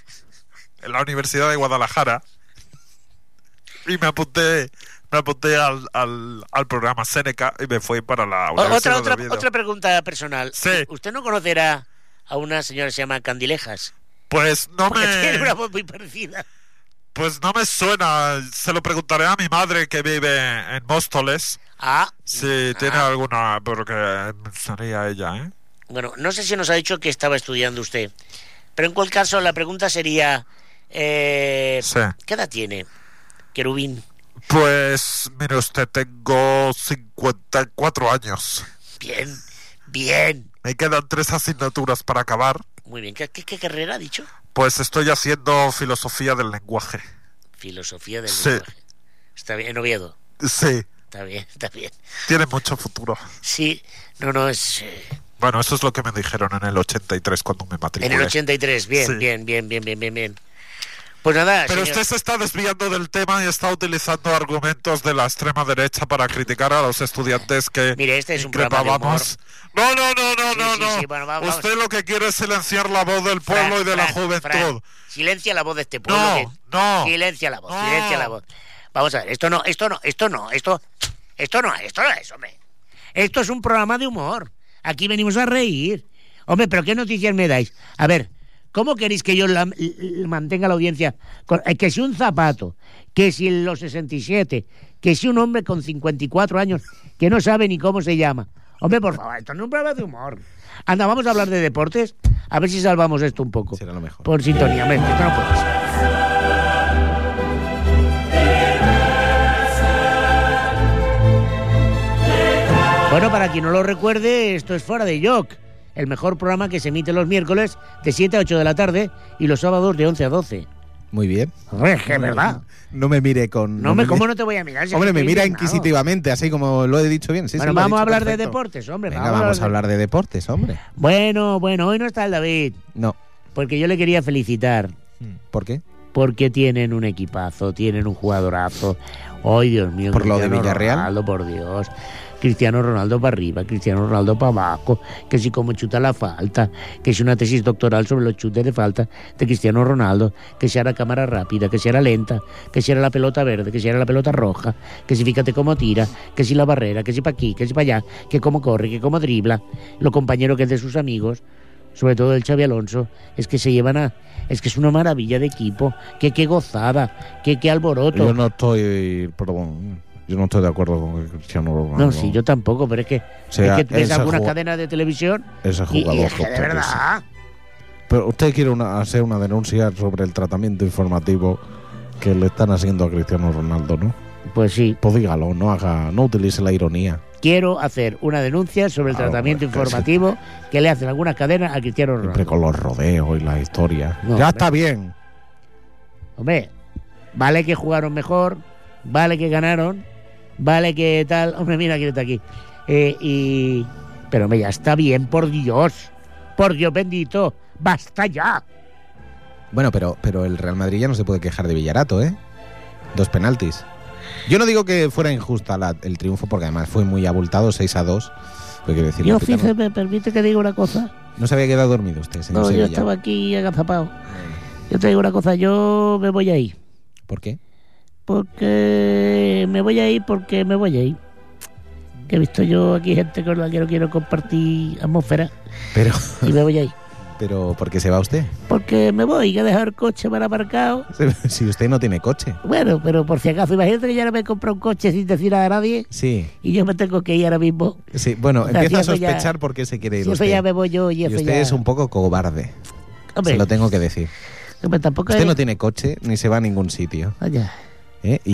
en la Universidad de Guadalajara, y me apunté, me apunté al, al, al programa Seneca y me fui para la O- Universidad otra, de otra, Oviedo. otra pregunta personal. Sí. ¿Usted no conocerá a una señora que se llama Candilejas? Pues no Porque tiene una me, voz muy parecida. pues no me suena. Se lo preguntaré a mi madre que vive en Móstoles. Ah, Si tiene Ah. alguna, porque sería ella, ¿eh? bueno, no sé si nos ha dicho que estaba estudiando usted. Pero en cualquier caso, la pregunta sería... eh, Sí. ¿Qué edad tiene, querubín? Pues mire usted, tengo 54 años. Bien, bien. Me quedan tres asignaturas para acabar. Muy bien. ¿Qué, qué- qué carrera ha dicho? Pues estoy haciendo filosofía del lenguaje. Filosofía del Sí. lenguaje. Está bien, en Oviedo. Sí, Está bien, está bien. tiene mucho futuro. Sí, no, no, es... eh, Bueno, eso es lo que me dijeron en el 83 cuando me En matriculé. el 83, bien, Sí. bien, bien, bien, bien, bien, bien. Pues nada, Pero este señor- usted se está desviando del tema y está utilizando argumentos de la extrema derecha para criticar a los estudiantes que Mire, este es un programa de increpábamos. No, no, no, no, Sí, no, sí, no. sí, bueno, va- vamos. Usted lo que quiere es silenciar la voz del Fran, pueblo y de la Fran, juventud. Fran, silencia la voz de este pueblo. No, que- no. Silencia la voz, No. silencia la voz. Vamos a ver, esto no, esto no, esto no, esto, esto no, esto no es, hombre. Esto es un programa de humor. Aquí venimos a reír. Hombre, pero ¿qué noticias me dais? A ver, ¿cómo queréis que yo la- l- l- mantenga la audiencia? con- eh, que si un zapato, que si los 67, que si un hombre con 54 años que no sabe ni cómo se llama. Hombre, por favor, esto no es un programa de humor. Anda, vamos a hablar de deportes, a ver si salvamos esto un poco. Será lo mejor. Por sintonía, hombre, esto no puede ser. Bueno, para quien no lo recuerde, esto es Fuera de York, el mejor programa que se emite los miércoles de 7 a 8 de la tarde y los sábados de 11 a 12. Muy bien. Hombre, es que es verdad. No me mire con... No me, mire- ¿Cómo no te voy a mirar? Si Hombre, estoy me mira indignado. inquisitivamente, así como lo he dicho bien. Sí, Bueno, sí, lo ha vamos a dicho hablar de perfecto. deportes, hombre, Venga, vamos a vamos, a hablar hablar de deportes, hombre. Bueno, bueno, hoy no está el David, No. porque yo le quería felicitar, ¿Por qué? porque tienen un equipazo, tienen un jugadorazo. Ay, Dios mío. Por lo de Cristiano Villarreal. Ronaldo, por Dios. Cristiano Ronaldo para arriba, Cristiano Ronaldo para abajo, que si como chuta la falta, que si una tesis doctoral sobre los chutes de falta de Cristiano Ronaldo, que si era cámara rápida, que si era lenta, que si era la pelota verde, que si era la pelota roja, que si fíjate cómo tira, que si la barrera, que si para aquí, que si para allá, que cómo corre, que cómo dribla, lo compañero que es de sus amigos, sobre todo el Xavi Alonso, es que se llevan a... Es que es una maravilla de equipo, que qué gozada, que qué alboroto. Yo no estoy, Mm. perdón, yo no estoy de acuerdo con que Cristiano Ronaldo. No, sí, yo tampoco, pero es que, O sea, es que ves ese algunas ju- cadenas de televisión Ese y, jugador y es que de top es. verdad. Pero usted quiere una- hacer una denuncia sobre el tratamiento informativo que le están haciendo a Cristiano Ronaldo, ¿no? Pues sí. Pues dígalo, no haga, no utilice la ironía. Quiero hacer una denuncia sobre el Ah, tratamiento hombre, que informativo que le hacen algunas cadenas a Cristiano Siempre Ronaldo. con los rodeos y las historias. No, ya hombre. está bien. Hombre, vale que jugaron mejor, vale que ganaron, vale que tal. Hombre, mira quién está aquí. Eh, y. Pero hombre, ya está bien, por Dios. Por Dios bendito. ¡Basta ya! Bueno, pero, pero el Real Madrid ya no se puede quejar de Villarato, ¿eh? Dos penaltis. Yo no digo que fuera injusta la- el triunfo, porque además fue muy abultado, 6 a 2. Pero quiero decir, la Yo, pitaron- fíjese, me permite que diga una cosa. no se había quedado dormido usted, señor No, yo Sevilla. estaba aquí agazapado. Yo te digo una cosa, yo me voy a ir. ¿Por qué? Porque me voy a ir, porque me voy a ir. Que he visto yo aquí gente con la que no quiero compartir atmósfera Pero, y me voy a ir. pero ¿por qué se va usted? Porque me voy, que he dejado el coche mal aparcado. Si usted no tiene coche. Bueno, pero por si acaso, imagínate que ya no me compro un coche sin decir nada a nadie Sí, y yo me tengo que ir ahora mismo. sí. Bueno, O sea, empieza a si eso pues ya- sospechar por qué se quiere ir Si eso usted. ya me voy yo y y eso usted ya... es un poco cobarde, Hombre, se lo tengo que decir. hombre, tampoco Usted es- no tiene coche ni se va a ningún sitio. Vaya, ¿eh? Y,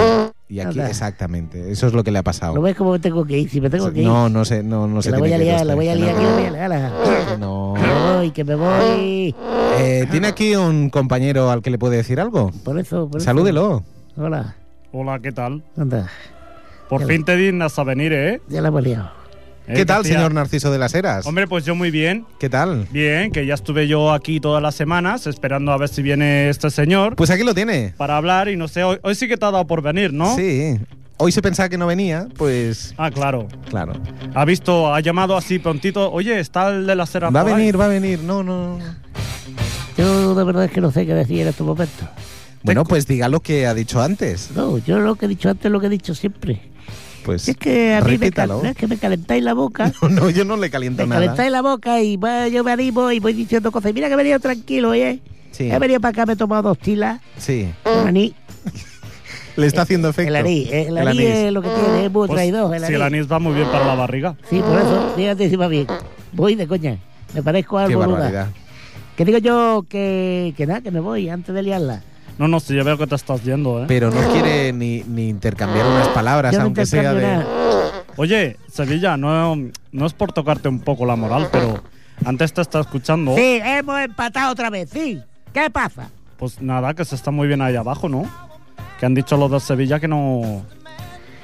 y aquí, Anda. exactamente, eso es lo que le ha pasado. ¿no ves cómo me tengo que ir? Si me tengo que ir, No, no sé, no, no que sé. la voy a liar, la voy a liar, que la voy a liar. la- No. Que me voy, que me voy. Eh, ¿Tiene aquí un compañero al que le puede decir algo? Por eso, por eso. Salúdelo. Eh, Hola, Hola, ¿qué tal? anda, Por fin te dignas a venir, ¿eh? ya la hemos liado. Eh, ¿Qué tal, hacía- señor Narciso de las Heras? Hombre, pues yo muy bien. ¿Qué tal? Bien, que ya estuve yo aquí todas las semanas esperando a ver si viene este señor Pues aquí lo tiene. para hablar y no sé, hoy, hoy sí que te ha dado por venir, ¿no? Sí. Hoy se pensaba que no venía, pues Ah, claro. claro. Ha visto, ha llamado así prontito. Oye, está el de la cera. Va a por ahí. venir, va a venir. No, no. Yo la verdad es que no sé qué decir en este estos momentos. Bueno, pues diga lo que ha dicho antes. No, yo lo que he dicho antes es lo que he dicho siempre. Pues Es que a mí me, cal- repítalo. no, es que me calentáis la boca, No, yo no le caliento me nada. calentáis la boca y va, yo me animo y voy diciendo cosas. Y mira que he venido tranquilo, ¿eh? Sí, He venido para acá, me he tomado dos tilas, sí. un anís, Le está haciendo efecto. el anís, eh, el, El anís, anís. es lo que tiene, es muy Pues, traidor, el sí, el anís. anís va muy bien para la barriga. Sí, por eso, fíjate si va bien. Voy de coña, me parezco Qué algo barbaridad. Que digo yo que, que nada, que me voy antes de liarla. No, no, sí, ya veo que te estás yendo, ¿eh? Pero no quiere ni, ni intercambiar unas palabras, Yo no aunque sea intercambio de. nada. Oye, Sevilla, no, no es por tocarte un poco la moral, pero antes te está escuchando. Sí, hemos empatado otra vez, sí. ¿Qué pasa? Pues nada, que se está muy bien ahí abajo, ¿no? Que han dicho los de Sevilla que no.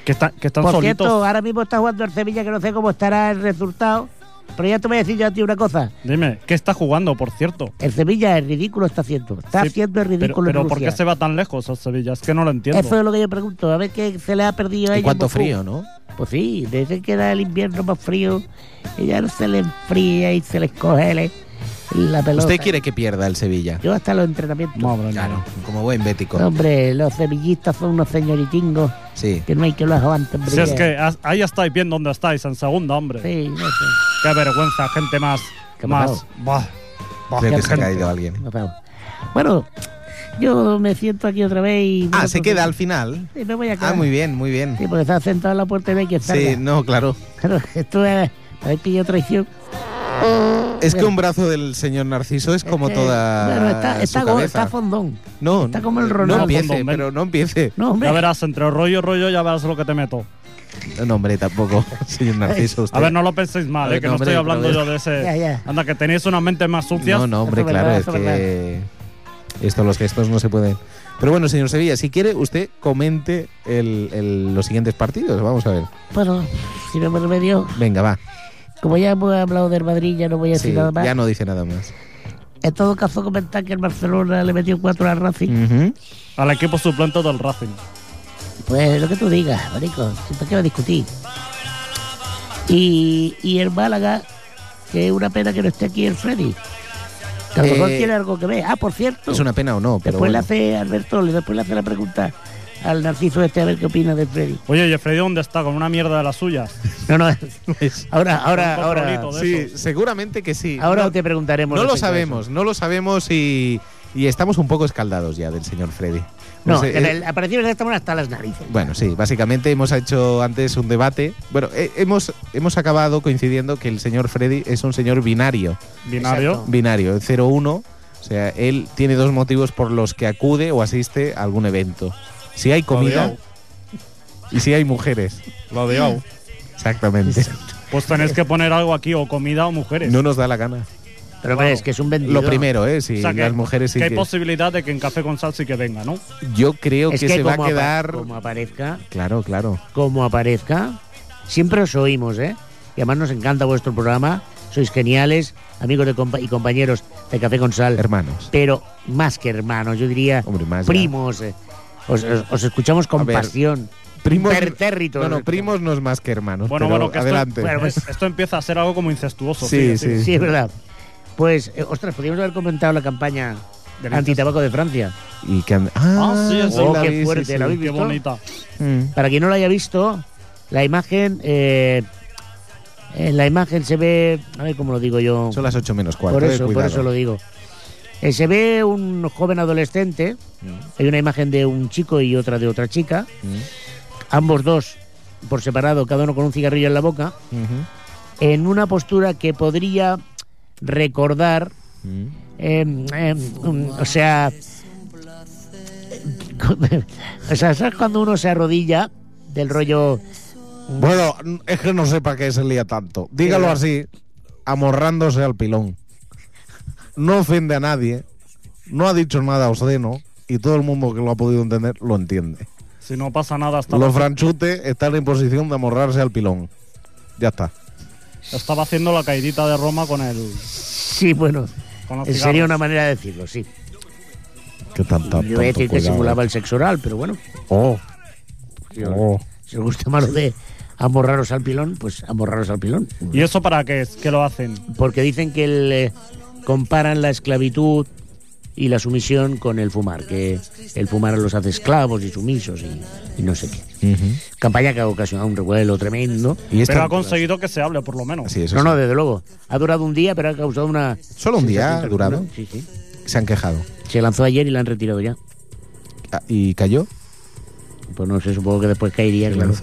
que, está- que están Por solitos. cierto, ahora mismo está jugando el Sevilla, que no sé cómo estará el resultado. Pero ya te voy a decir yo a ti una cosa. Dime, ¿qué está jugando, por cierto? El Sevilla el ridículo está haciendo. Está Sí, haciendo el Pero, ridículo en pero ¿por Rusia. qué se va tan lejos el Sevilla? Es que no lo entiendo. Eso es lo que yo pregunto. A ver qué se le ha perdido a Y ellos. cuánto Moscú. frío, ¿no? Pues sí, desde que era el invierno más frío, y ya no se le enfría y se les congele la pelota. Usted quiere que pierda el Sevilla. Yo hasta los entrenamientos. Madre mía. Claro, como buen bético. Hombre, los sevillistas son unos señoritingos Sí. que no hay que los aguanten. Si es que as- ahí estáis bien donde estáis, en segunda, hombre. Sí, no sé. Qué vergüenza, gente más. Qué más. Bah, bah, Creo qué que se ha gente. caído alguien. No estamos. Bueno, yo me siento aquí otra vez y... pues, Ah, se queda al final. Sí, me voy a quedar. Ah, muy bien, muy bien. Sí, porque está sentado en la puerta y no hay que estar. Sí, no, claro. Pero esto es... Habéis pillado traición. Es que un brazo del señor Narciso es como Eh, toda Bueno, está, está, su go- cabeza. está fondón. no, está como el No Ronaldo. empiece, pero no empiece. No, hombre. Ya verás, entre rollo y rollo, ya verás lo que te meto. No, hombre, tampoco, señor Narciso. Usted. A ver, no lo penséis mal, A ver, eh, que no, no, hombre, estoy hablando pero- yo de ese. Ya, ya. Anda, que tenéis unas mentes más sucias. no, no, hombre, Eso es claro, verdad, es eso es que esto, los gestos no se pueden. Pero bueno, señor Sevilla, si quiere, usted comente el- el- los siguientes partidos. Vamos a ver. Bueno, si no me remedio... Venga, va. Como ya hemos hablado del Madrid, ya no voy a decir Sí, nada más. ya no dice nada más. En todo caso, comentar que el Barcelona le metió cuatro al Racing. Ujú. Al equipo suplente del Racing. Pues lo que tú digas, marico, siempre que va a discutir. Y, y el Málaga, que es una pena que no esté aquí el Freddy. Que a lo Eh, mejor tiene algo que ver. Ah, por cierto, Es una pena o no, pero después le bueno. hace Alberto, le- después le hace la pregunta al Narciso este a ver qué opina de Freddy. Oye, Jeffrey, ¿dónde está? Con una mierda de las suyas. No, no, Pues ahora, ahora, Un ahora, controlito de Sí, esos. seguramente que sí. ahora no, te preguntaremos. no lo respecto a eso. sabemos, no lo sabemos y, y estamos un poco escaldados ya del señor Freddy. No No, sé, en eh, el, apareció el estamos hasta las narices. Bueno, sí, básicamente hemos hecho antes un debate. Bueno, eh, hemos, hemos acabado coincidiendo que el señor Freddy es un señor binario, Binario. Exacto. binario, 0-1. O sea, él tiene dos motivos por los que acude o asiste a algún evento. Si hay comida, Y si hay mujeres. Lo de Au. Exactamente. Pues tenés que poner algo aquí, o comida o mujeres. No nos da la gana. Pero Wow. crees que es un vendedor. Lo primero, ¿eh? Si O sea, que- las mujeres sí que hay que- posibilidad de que en Café con Sal sí que venga, ¿no? Yo creo que, es que, se va como apa- a quedar. como aparezca, Claro, claro. como aparezca, siempre os oímos, ¿eh? Y además nos encanta vuestro programa. Sois geniales, amigos de compa- y compañeros de Café con Sal. Hermanos. pero más que hermanos, yo diría Hombre, más. ya. primos. eh. Os, os- os escuchamos A con ver, pasión. Primos. Impertérritos. No, no, primos no es más que hermanos. Bueno, pero bueno, que esto- adelante. bueno, pues- Es- Esto empieza a ser algo como incestuoso. Sí, fíjate. Sí, es verdad. Pues, eh, ostras, podríamos haber comentado la campaña Del antitabaco de Francia. Y que and- Ah, Ah, sí, es Oh, la qué vi, sí, fuerte, sí. la vi. Qué ¿Visto? bonita. Mm. Para quien no la haya visto, la imagen. eh, en la imagen se ve. A ver cómo lo digo yo. Son las 8 menos 4. Por eso, por eso lo digo. Eh, se ve un joven adolescente. Hay una imagen de un chico y otra de otra chica. Ambos dos por separado, cada uno con un cigarrillo en la boca. en una postura que podría recordar, eh, eh, mm, o sea, o sea, ¿sabes cuando uno se arrodilla del rollo? Bueno, es que no sé para qué se lía tanto. Eh. Dígalo así, amorrándose al pilón. No ofende a nadie, no ha dicho nada obsceno y todo el mundo que lo ha podido entender lo entiende. Si no pasa nada, estaba, Los franchutes están en posición de amorrarse al pilón. Ya está. estaba haciendo la caidita de Roma con el. Sí, bueno, Con los sería cigarros. una manera de decirlo, sí. Qué tanta, Yo voy a tanto decir que cuidado. simulaba el sexo oral, pero bueno, Oh. Oh. si os gusta más lo de amorraros al pilón, pues amorraros al pilón. ¿Y eso para qué es? ¿Qué lo hacen? Porque dicen que el, eh, comparan la esclavitud y la sumisión con el fumar, que el fumar los hace esclavos y sumisos y- y no sé qué. campaña que ha ocasionado un revuelo tremendo. Y esta- Pero ha conseguido que se hable, por lo menos. Sí, eso no, sí. no, desde luego. Ha durado un día, pero ha causado una... Solo un día ha sensación durado. tremenda. Sí, sí. Se han quejado. Se lanzó ayer y la han retirado ya. Ah, ¿Y cayó? Pues no sé, supongo que después caería, claro.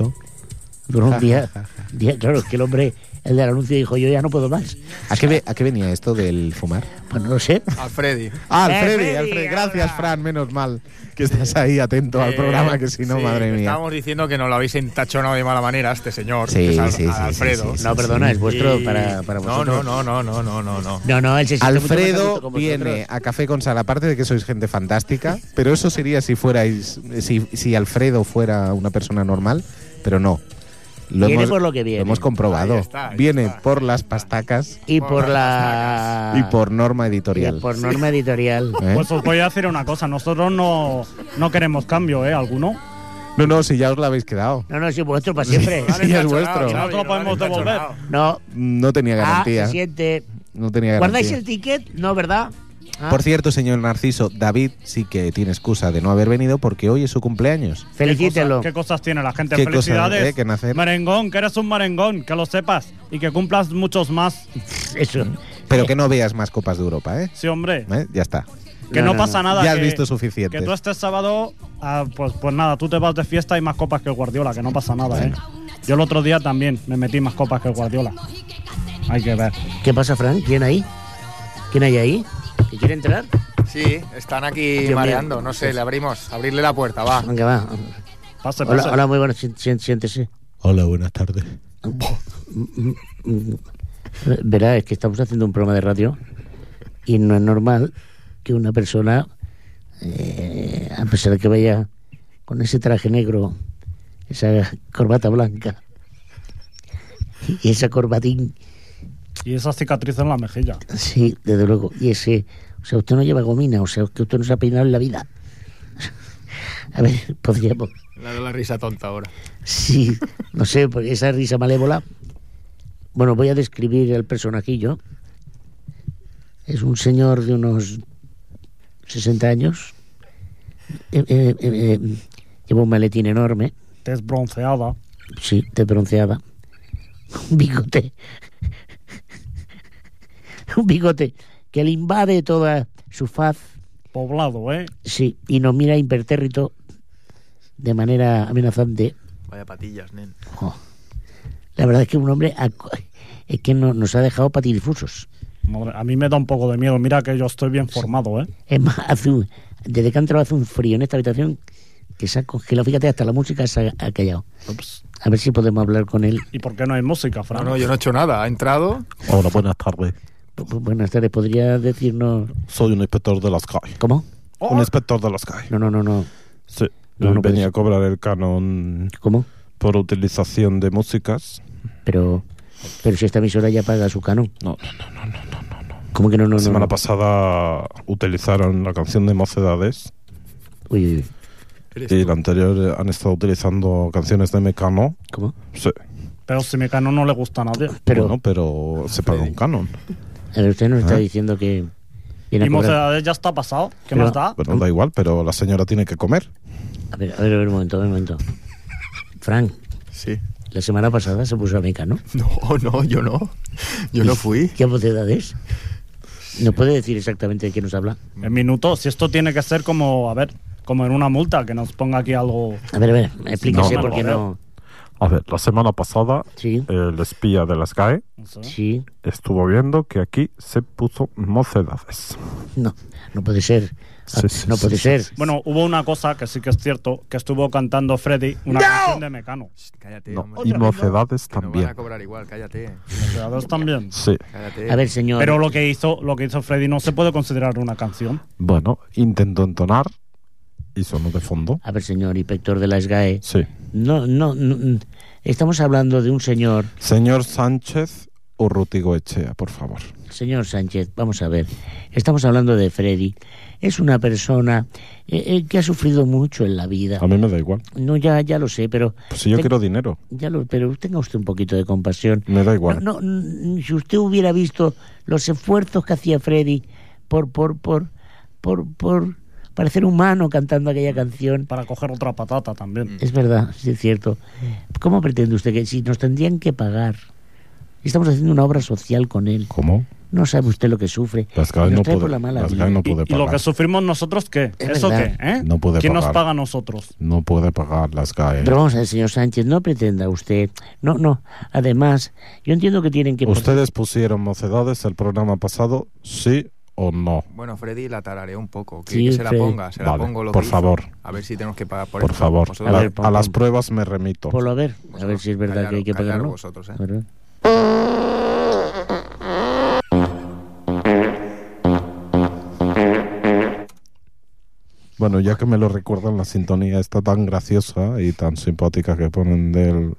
Duró un día, día. Claro, es que el hombre, el del anuncio, dijo, yo ya no puedo más. ¿A qué, ve- ¿A qué venía esto del fumar? Pues no lo sé. Al Freddy. Ah, al Eh, Freddy, Freddy, al Freddy. Gracias, ahora. Fran, menos mal que estás ahí atento al Eh, programa, que si no, sí, madre mía. Estábamos diciendo que nos lo habéis entachonado de mala manera a este señor. Sí, que es al- sí, sí, al Alfredo. sí, sí, No, sí. perdona, es vuestro para, para No, vosotros. no, no, no, no, no, no, no. No, no, él se siente mucho más a gusto Alfredo con vosotros. viene a Café con Sal, aparte de que sois gente fantástica, pero eso sería si fuerais, si, si Alfredo fuera una persona normal, pero no. Lo Viene por lo que viene. hemos comprobado. Ahí está, ahí viene está. por las pastacas Y por la... y por norma y editorial. Ah. por norma editorial. ¿eh? Pues os voy a decir una cosa, nosotros no, no queremos cambio, ¿eh? ¿Alguno? No, no, si ya os la habéis quedado. No, no, es vuestro para siempre. Sí, es vuestro. no te lo podemos devolver. No. No tenía Ah, garantía. se siente... No tenía ¿Guardáis garantía. el ticket? No, ¿verdad? Ah. Por cierto, señor Narciso, David sí que tiene excusa de no haber venido porque hoy es su cumpleaños. Felicítelo. ¿Qué, cosa- qué cosas tiene la gente? Qué cosas, Felicidades. eh, que nacer. Merengón, que eres un merengón, que lo sepas. Y que cumplas muchos más. Eso. Pero que no veas más Copas de Europa, ¿eh? Sí, hombre. ¿Eh? Ya está. Que No, no, no, pasa no. nada. Ya has que- visto suficiente. Que tú este sábado, ah, pues, pues nada, tú te vas de fiesta y más copas que el Guardiola, que no pasa nada, ¿eh? Yo el otro día también me metí más copas que el Guardiola. Hay que ver. ¿Qué pasa, Frank? ¿Quién ahí? ¿Quién hay ahí? ¿Que quiere entrar? Sí, están aquí mío. mareando. No sé, le abrimos. Abrirle la puerta, va. Venga, va. Pase, pase. Hola, hola, muy buenas. si- si- Siéntese. Hola, buenas tardes. Verá, es que estamos haciendo un programa de radio y no es normal que una persona, eh, a pesar de que vaya con ese traje negro, esa corbata blanca y esa corbatín, Y esa cicatriz en la mejilla. sí, desde luego, y ese, o sea, usted no lleva gomina, o sea, que usted no se ha peinado en la vida. A ver, podríamos Le doy la risa tonta ahora. Sí, no sé, porque esa risa malévola. Bueno, voy a describir el personajillo. Es un señor de unos 60 años. Eh, eh, eh, eh, lleva un maletín enorme, Tez bronceada. sí, de bronceada. Un bigote. Un bigote que le invade toda su faz, Poblado, ¿eh? sí, y nos mira impertérrito de manera amenazante. Vaya patillas, nen. Jo. La verdad es que un hombre acu- es que no- nos ha dejado patidifusos. Madre, a mí me da un poco de miedo. Mira que yo estoy bien formado, ¿eh? Es más, hace un- desde que ha entrado hace un frío en esta habitación que se ha congelado. Fíjate, hasta la música se ha- ha callado. A ver si podemos hablar con él. Pues, ¿Y por qué no hay música, No, Fran? no, yo no he hecho nada. Ha entrado. Hola, buenas tardes. Bu- bu- Buenas tardes, ¿podría decirnos Soy un inspector de las calles. cómo? Un inspector de las calles. No, no, no, no. Sí. No, no puede Venía ser. a cobrar el canon ¿Cómo? por utilización de músicas. Pero, pero si esta emisora ya paga su canon. No, ¿Cómo que no, no, La no? semana no? pasada utilizaron la canción de Mocedades Uy, uy, uy. y la anterior eh, han estado utilizando canciones de Mecano. ¿Cómo? Sí, Pero si Mecano no le gusta a nadie. Pero, bueno, pero se paga un canon. a ver, usted nos está Ah. diciendo que... viene a cobrar- Y Mocedades ya está pasado. ¿Qué Pero- más da? Bueno, da igual, pero la señora tiene que comer. A ver, a ver, a ver, un momento, a ver, un momento. Frank, Sí. la semana pasada se puso a meca, ¿no? No, Oh, no, yo no. Yo no fui. ¿Qué mocedad es? ¿Nos puede decir exactamente de qué nos habla? En minutos. Si esto tiene que ser como, a ver, como en una multa, que nos ponga aquí algo. A ver, a ver, explíquese No, por qué no, no... A ver, la semana pasada Sí, el espía de las GAE no sé. sí, estuvo viendo que aquí se puso Mocedades. no, no puede ser. Ah, Sí, sí, no sí, puede sí, ser. Bueno, hubo una cosa que sí que es cierto, que estuvo cantando Freddy una canción de Mecano. Cállate, No, hombre. y Mocedades Que nos van a también. cobrar igual, cállate. Mocedades también. Sí, cállate. A ver, señor. Pero lo que hizo, lo que hizo Freddy no se puede considerar una canción. bueno, intentó entonar y sonó de fondo. A ver, señor inspector de la SGAE. Sí. E. No, no, no, Estamos hablando de un señor, Señor Sánchez Urrutigo Echea, por favor. señor Sánchez, vamos a ver. Estamos hablando de Freddy. Es una persona eh, eh, que ha sufrido mucho en la vida. A mí me da igual. No, ya, ya lo sé, pero Pues si yo Ten- quiero dinero, ya lo, pero tenga usted un poquito de compasión. me da No, igual. no, mm, si usted hubiera visto los esfuerzos que hacía Freddy por, por, por, por, por parecer humano cantando aquella canción. Para coger otra patata Mm. también. Es verdad, sí es cierto. ¿Cómo pretende usted que si nos tendrían que pagar? Estamos haciendo una obra social con él. ¿Cómo? No sabe usted lo que sufre. Las GAE Nos no trae por puede, la mala las vida. GAE no Y, puede y lo que pagar. sufrimos nosotros, ¿qué? Es ¿Eso verdad. qué? eh? No puede ¿Quién nos pagar. paga a nosotros? No puede pagar las GAE. Pero vamos a ver, señor Sánchez, no pretenda usted. No, no. Además, yo entiendo que tienen que... ¿Ustedes pusieron mocedades el programa pasado, sí o no? Bueno, Freddy la tarareó un poco. Que, Sí, que se la Freddy. ponga, se la Vale, pongo lo por que hizo. favor. A ver si tenemos que pagar por, Por esto. favor, Vosotros- a, A la- ver, a las pon- pruebas me remito. Por a ver, a ver Vosotros, si es verdad que hay que callaros, pagarlo. callaros vosotros, ¿eh? ¿Verdad? Bueno, ya que me lo recuerdan, la sintonía está tan graciosa y tan simpática que ponen de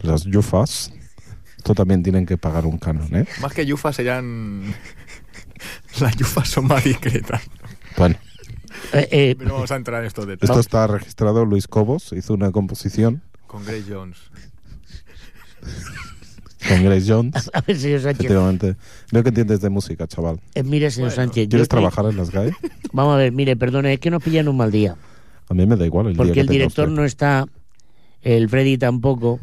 las yufas. Esto también tienen que pagar un canon, ¿eh? Más que yufas serían... Las yufas son más discretas. Bueno, Eh, eh, Pero vamos a entrar en estos detalles. esto está registrado. Luis Cobos hizo una composición Con Grace Jones. con Grace Jones. a ver, señor Sánchez. Efectivamente. Veo que entiendes de música, chaval. Eh, mire, señor Sánchez. ¿Quieres yo- trabajar en las GAE? Vamos a ver, mire, perdone, es que nos pillan un mal día. A mí me da igual el día Porque que el tenga director usted. no está, el Freddy tampoco.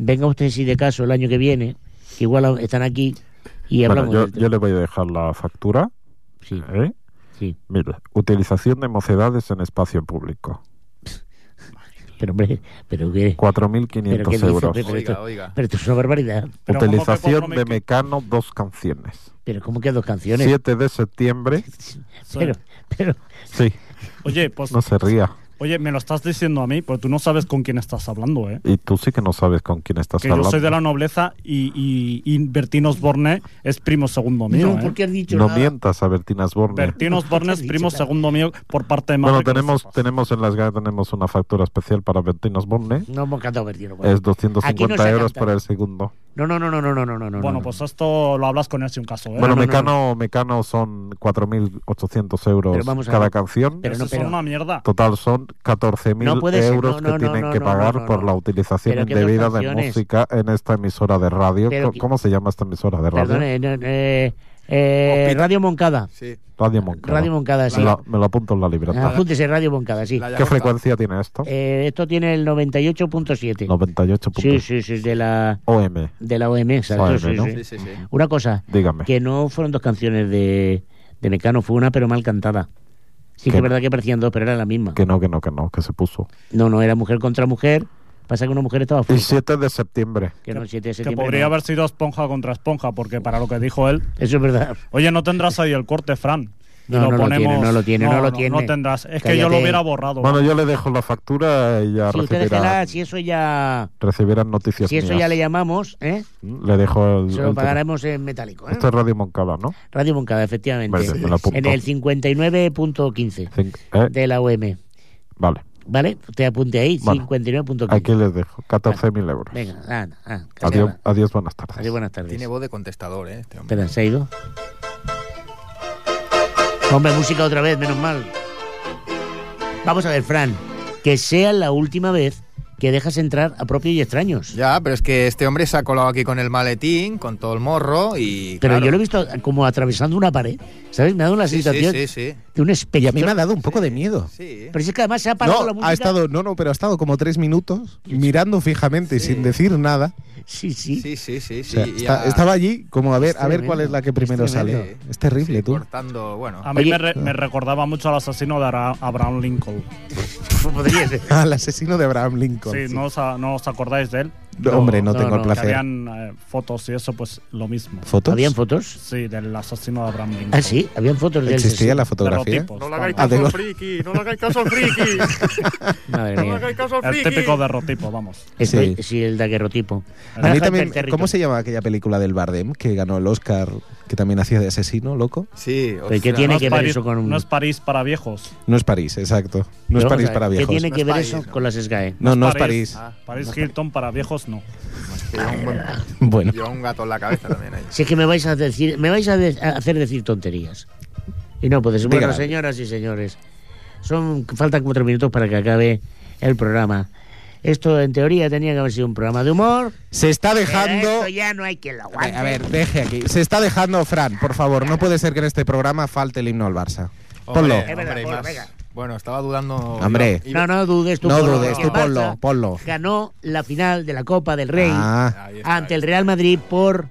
Venga usted si de caso el año que viene, que igual a- están aquí y Bueno, hablamos. yo, del yo tema. le voy a dejar la factura. Sí, ¿eh? sí. Mire, utilización de mocedades en espacio público. Pero hombre, pero que... Pero, ¿qué 4.500 dice? euros. Pero esto- Oiga, oiga. pero esto es una barbaridad. Pero ¿cómo que Utilización compromet- de Mecano, dos canciones. Pero ¿cómo que dos canciones? 7 de septiembre. Pero, pero, Sí, Oye, pues, no se ría. oye, me lo estás diciendo a mí, pero tú no sabes con quién estás hablando, ¿eh? Y tú sí que no sabes con quién estás Que yo hablando. soy de la nobleza y, y, y Bertín Osborne es primo segundo mío. no, ¿eh? porque has dicho No nada. mientas a Bertín Asborne. Bertín Osborne es Dicho primo nada. segundo mío por parte de madre. Bueno, que lo tenemos, sepas. tenemos en las GAE tenemos una factura especial para Bertín Osborne. No hemos cantado Bertino. bueno. Es Aquí no se 250 ha euros cantado. para el segundo. No, no, no, no, no, no, no, no. no, Bueno, no. pues esto lo hablas con él si un caso, ¿eh? no, bueno, no, Mecano, Mecano son 4.800 Pero euros vamos a cada ver. canción. pero Pero no, no, pero- una mierda. Total son 14.000 No puede ser, euros no, no, que no, tienen no, que no, pagar no, no, por no. la utilización Pero que indebida dos de canciones. música en esta emisora de radio. Pero Co- que- ¿Cómo se llama esta emisora de radio? Perdone, no, eh, eh, Hospital. Radio Moncada. Sí. radio Moncada. Radio Moncada, sí. Me lo- me lo apunto en la libreta. Apúntese, Radio Moncada, sí. La ¿Qué Yagorta. frecuencia tiene esto? Eh, esto tiene el 98.7. 98. Sí, sí, sí, de la, OM. de la OM, exacto, OM, ¿no? sí, Sí, sí. sí, sí. Una cosa, Dígame. que no fueron dos canciones de, de Mecano, fue una pero mal cantada. Sí que ¿Qué? es verdad que parecían dos, pero era la misma. Que no, que no, que no, que se puso. No, no, era mujer contra mujer. Pasa que una mujer estaba El fuera. 7 de septiembre. Que no, el 7 de Que septiembre podría no. haber sido esponja contra esponja, porque para lo que dijo él. Eso es verdad. Oye, no tendrás ahí el corte, Fran. y No, no lo lo ponemos. tiene, no lo tiene, no lo tiene. No tendrás. Es que Cállate. yo lo hubiera borrado. Bueno, yo le dejo la factura y ya Si usted déjela, recibirá, si eso ya, recibirán noticias si eso mías. ya le llamamos, ¿eh? Le dejo el... se lo el- pagaremos en metálico. ¿eh? Esto es Radio Moncada, ¿no? Radio Moncada, efectivamente. Vale, me lo apunto. en el 59.15 Cin- ¿eh? de la UM. Vale, ¿Vale? Te apunte ahí, Bueno, 59.15. aquí les dejo. 14.000 euros. Venga, anda, ah, que se Adiós, abra. adiós, buenas tardes. Adiós, buenas tardes. Tiene voz de contestador, ¿eh? Este hombre. Espera, ¿se ha ido? Hombre, música otra vez, menos mal. Vamos a ver, Fran, que sea la última vez que dejas entrar a propios y extraños. Ya, pero es que este hombre se ha colado aquí con el maletín, con todo el morro y. Pero claro. yo lo he visto como atravesando una pared, ¿sabes? Me ha dado una Sí, sensación sí, sí, sí. de un Y espectro. a mí me ha dado un poco de miedo. Sí. Pero si es que además se ha parado la No, música. ha estado, no, no, pero ha estado como tres minutos mirando fijamente y sin decir nada. Sí, sí. Sí, sí, sí, O sí. sea, y está- a- eh, estaba allí como a ver, Es a ver tremendo, cuál es la que primero es tremendo. sale. Es terrible, sí, tú. Cortando, bueno. A mí Oye, me, re- me recordaba mucho al asesino de Ara- Abraham Lincoln. Podría ser. Al asesino de Abraham Lincoln. Sí, ¿no os, a- no os acordáis de él? No, hombre, no, no, tengo no, el Que placer. habían eh, fotos y eso, pues lo mismo. ¿Fotos? ¿Habían fotos? Sí, del asesino de Abraham Lincoln. Ah, sí, habían fotos de él, sí, ¿Existía sí. la fotografía? Derrotipos, No le hagáis Ah, caso de al los- friki, no le hagáis caso al friki. Madre No le mía. hagáis caso al vamos. El friki. típico derrotipo, vamos. Estoy- sí. Sí. el daguerrotipo. A mí Hunter también, Territory. ¿cómo se llama aquella película del Bardem que ganó el Oscar, que también hacía de asesino, loco? Sí, ¿y qué ostras. tiene es que ver París, eso con un- no es París para viejos. No es París, exacto. No es Pero vamos París a ver, para viejos. ¿Qué tiene No que es ver París, eso no. con las SGAE? No, no es París. Ah, París Hilton para viejos no. lleva, un buen- Bueno, lleva un gato en la cabeza también ahí. Si es que me vais a decir, me vais a, de- a hacer decir tonterías. Y no puedes. Bueno, Dígala. señoras y señores, son faltan cuatro minutos para que acabe el programa. Esto en teoría tenía que haber sido un programa de humor. se está pero dejando... Esto ya no hay quien lo A ver, aguante. a ver, deje aquí. Se está dejando Fran, por favor. No puede ser que en este programa falte el himno al Barça. Ponlo. Hombre, Es verdad, hombre, y ponlo, más- venga. Bueno, estaba dudando. Hombre. Iba- No, no dudes tú. No ponlo, dudes, que tú el Barça ponlo, ponlo. Ganó la final de la Copa del Rey Ah, Ahí está, ante el Real Madrid por.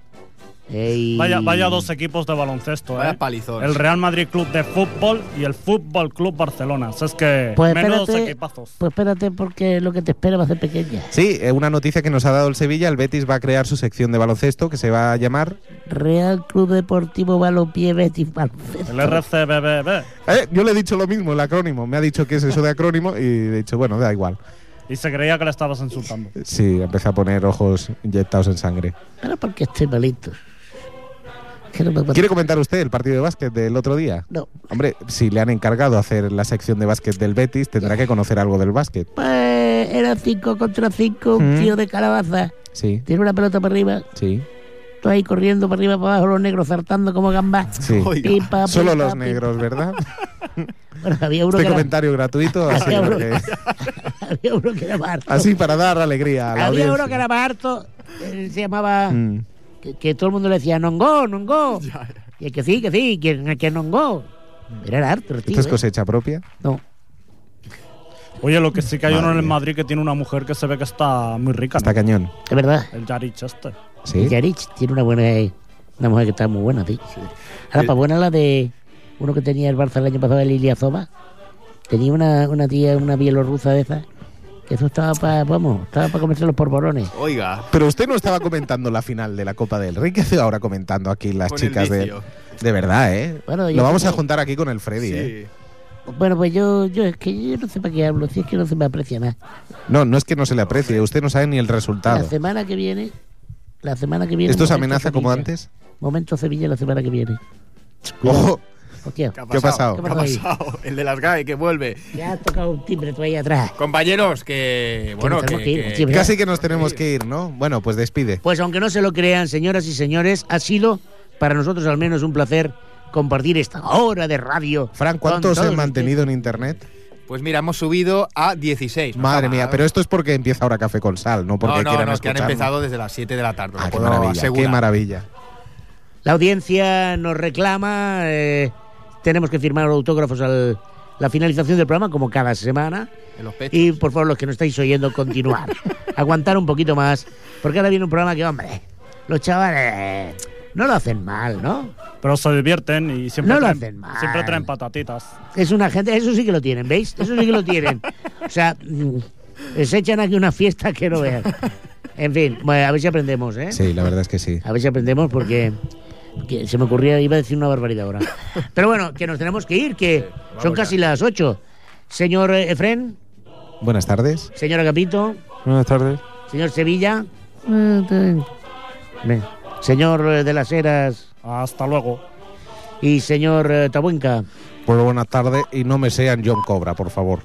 Ey. Vaya, vaya dos equipos de baloncesto, Vaya ¿eh? palizón. El Real Madrid Club de Fútbol y el Fútbol Club Barcelona. O sea, es que Pues menos espérate, equipazos. pues espérate porque lo que te espera va a ser pequeña. sí, eh, una noticia que nos ha dado el Sevilla. El Betis va a crear su sección de baloncesto que se va a llamar... Real Club Deportivo Balompié Betis Baloncesto. El RCBBB. Eh, yo le he dicho lo mismo, el acrónimo. Me ha dicho que es eso de acrónimo y he dicho, bueno, da igual. Y se creía que le estabas insultando. Sí, empecé a poner ojos inyectados en sangre. Pero porque estoy malito. Que no me acuerdo. ¿Quiere comentar usted el partido de básquet del otro día? No. Hombre, si le han encargado hacer la sección de básquet del Betis, tendrá que conocer algo del básquet. Pues era 5 contra 5, un Mm. tío de calabaza. Sí, Tiene una pelota para arriba, sí, tú ahí corriendo para arriba, para abajo, los negros saltando como gambas. sí. Oiga. Pipa, Solo pipa, los pipa. negros, ¿verdad? Bueno, había uno, que Este era, comentario gratuito, así, Había uno porque- había uno que era más harto. así para dar alegría a la había uno audiencia. que era más harto, él se llamaba... Mm. que, que todo el mundo le decía Nongo, Nongo. Y el que sí, que sí, que, que Nongo. Mm. Era el harto, el tío. ¿Esto es ¿eh? cosecha propia? No. Oye, lo que sí que hay uno en Madre el mía. Madrid que tiene una mujer que se ve que está muy rica. Está ¿no? cañón. Es verdad. El Yarich este. Sí. Yarich tiene una buena. eh, Una mujer que está muy buena, sí. Eh. Ahora, para buena la de uno que tenía el Barça el año pasado, el Ilia Zoma. Tenía una, una tía, una bielorrusa de esas. Que eso estaba para, vamos, estaba para comerse los porborones. Oiga, Pero usted no estaba comentando la final de la Copa del Rey. ¿Qué hace ahora comentando aquí las Con el chicas de.? vicio. De verdad, ¿eh? Bueno, yo Lo vamos a también. juntar aquí con el Freddy, ¿eh? sí. Bueno, pues yo, yo, es que yo no sé para qué hablo, si es que no se me aprecia nada. No, no es que no se le aprecie, usted no sabe ni el La resultado. semana que viene, la semana que viene. ¿Esto es momento amenaza como Sevilla. antes? Momento Sevilla la semana que viene. Ojo, Hostia, ¿qué ha pasado? ¿Qué ¿Qué ha ha pasado? El de las GAE que vuelve. ya ha tocado un timbre tú ahí atrás. Compañeros, que. Que Bueno, nos que. tenemos que ir, que- sí, ¿verdad? Casi que nos tenemos que ir, ¿no? Bueno, pues despide. Pues aunque no se lo crean, señoras y señores, ha sido para nosotros al menos un placer compartir esta hora de radio. Fran, con ¿cuántos todos he mantenido en internet? Pues mira, hemos subido a 16. no Madre está mía, mal. pero esto es porque empieza ahora Café con Sal, no porque no, no, quieran no, es que han escucharnos. empezado desde las 7 de la tarde. Ah, lo qué puedo maravilla, qué asegurar. maravilla. ustedes. La audiencia nos reclama, eh, tenemos que firmar autógrafos al la finalización del programa como cada semana En los pechos. y por favor los que no estáis oyendo continuar, aguantar un poquito más porque ahora viene un programa que hombre, los chavales no lo hacen mal, ¿no? Pero se divierten y siempre, No lo traen, hacen mal. siempre traen patatitas. Es una gente, eso sí que lo tienen, ¿veis? Eso sí que lo tienen. O sea, mm, se echan aquí una fiesta que no vean. En fin, bueno, a ver si aprendemos, ¿eh? Sí, la verdad es que sí. A ver si aprendemos porque que se me ocurría, iba a decir una barbaridad ahora. Pero bueno, que nos tenemos que ir, que son casi las 8. Señor eh, Efren, Buenas tardes. señor Agapito, Buenas tardes. señor Sevilla, Ven. señor eh, de las Heras Hasta luego. y señor eh, Tabuenca. Pues buenas tardes y no me sean John Cobra, por favor.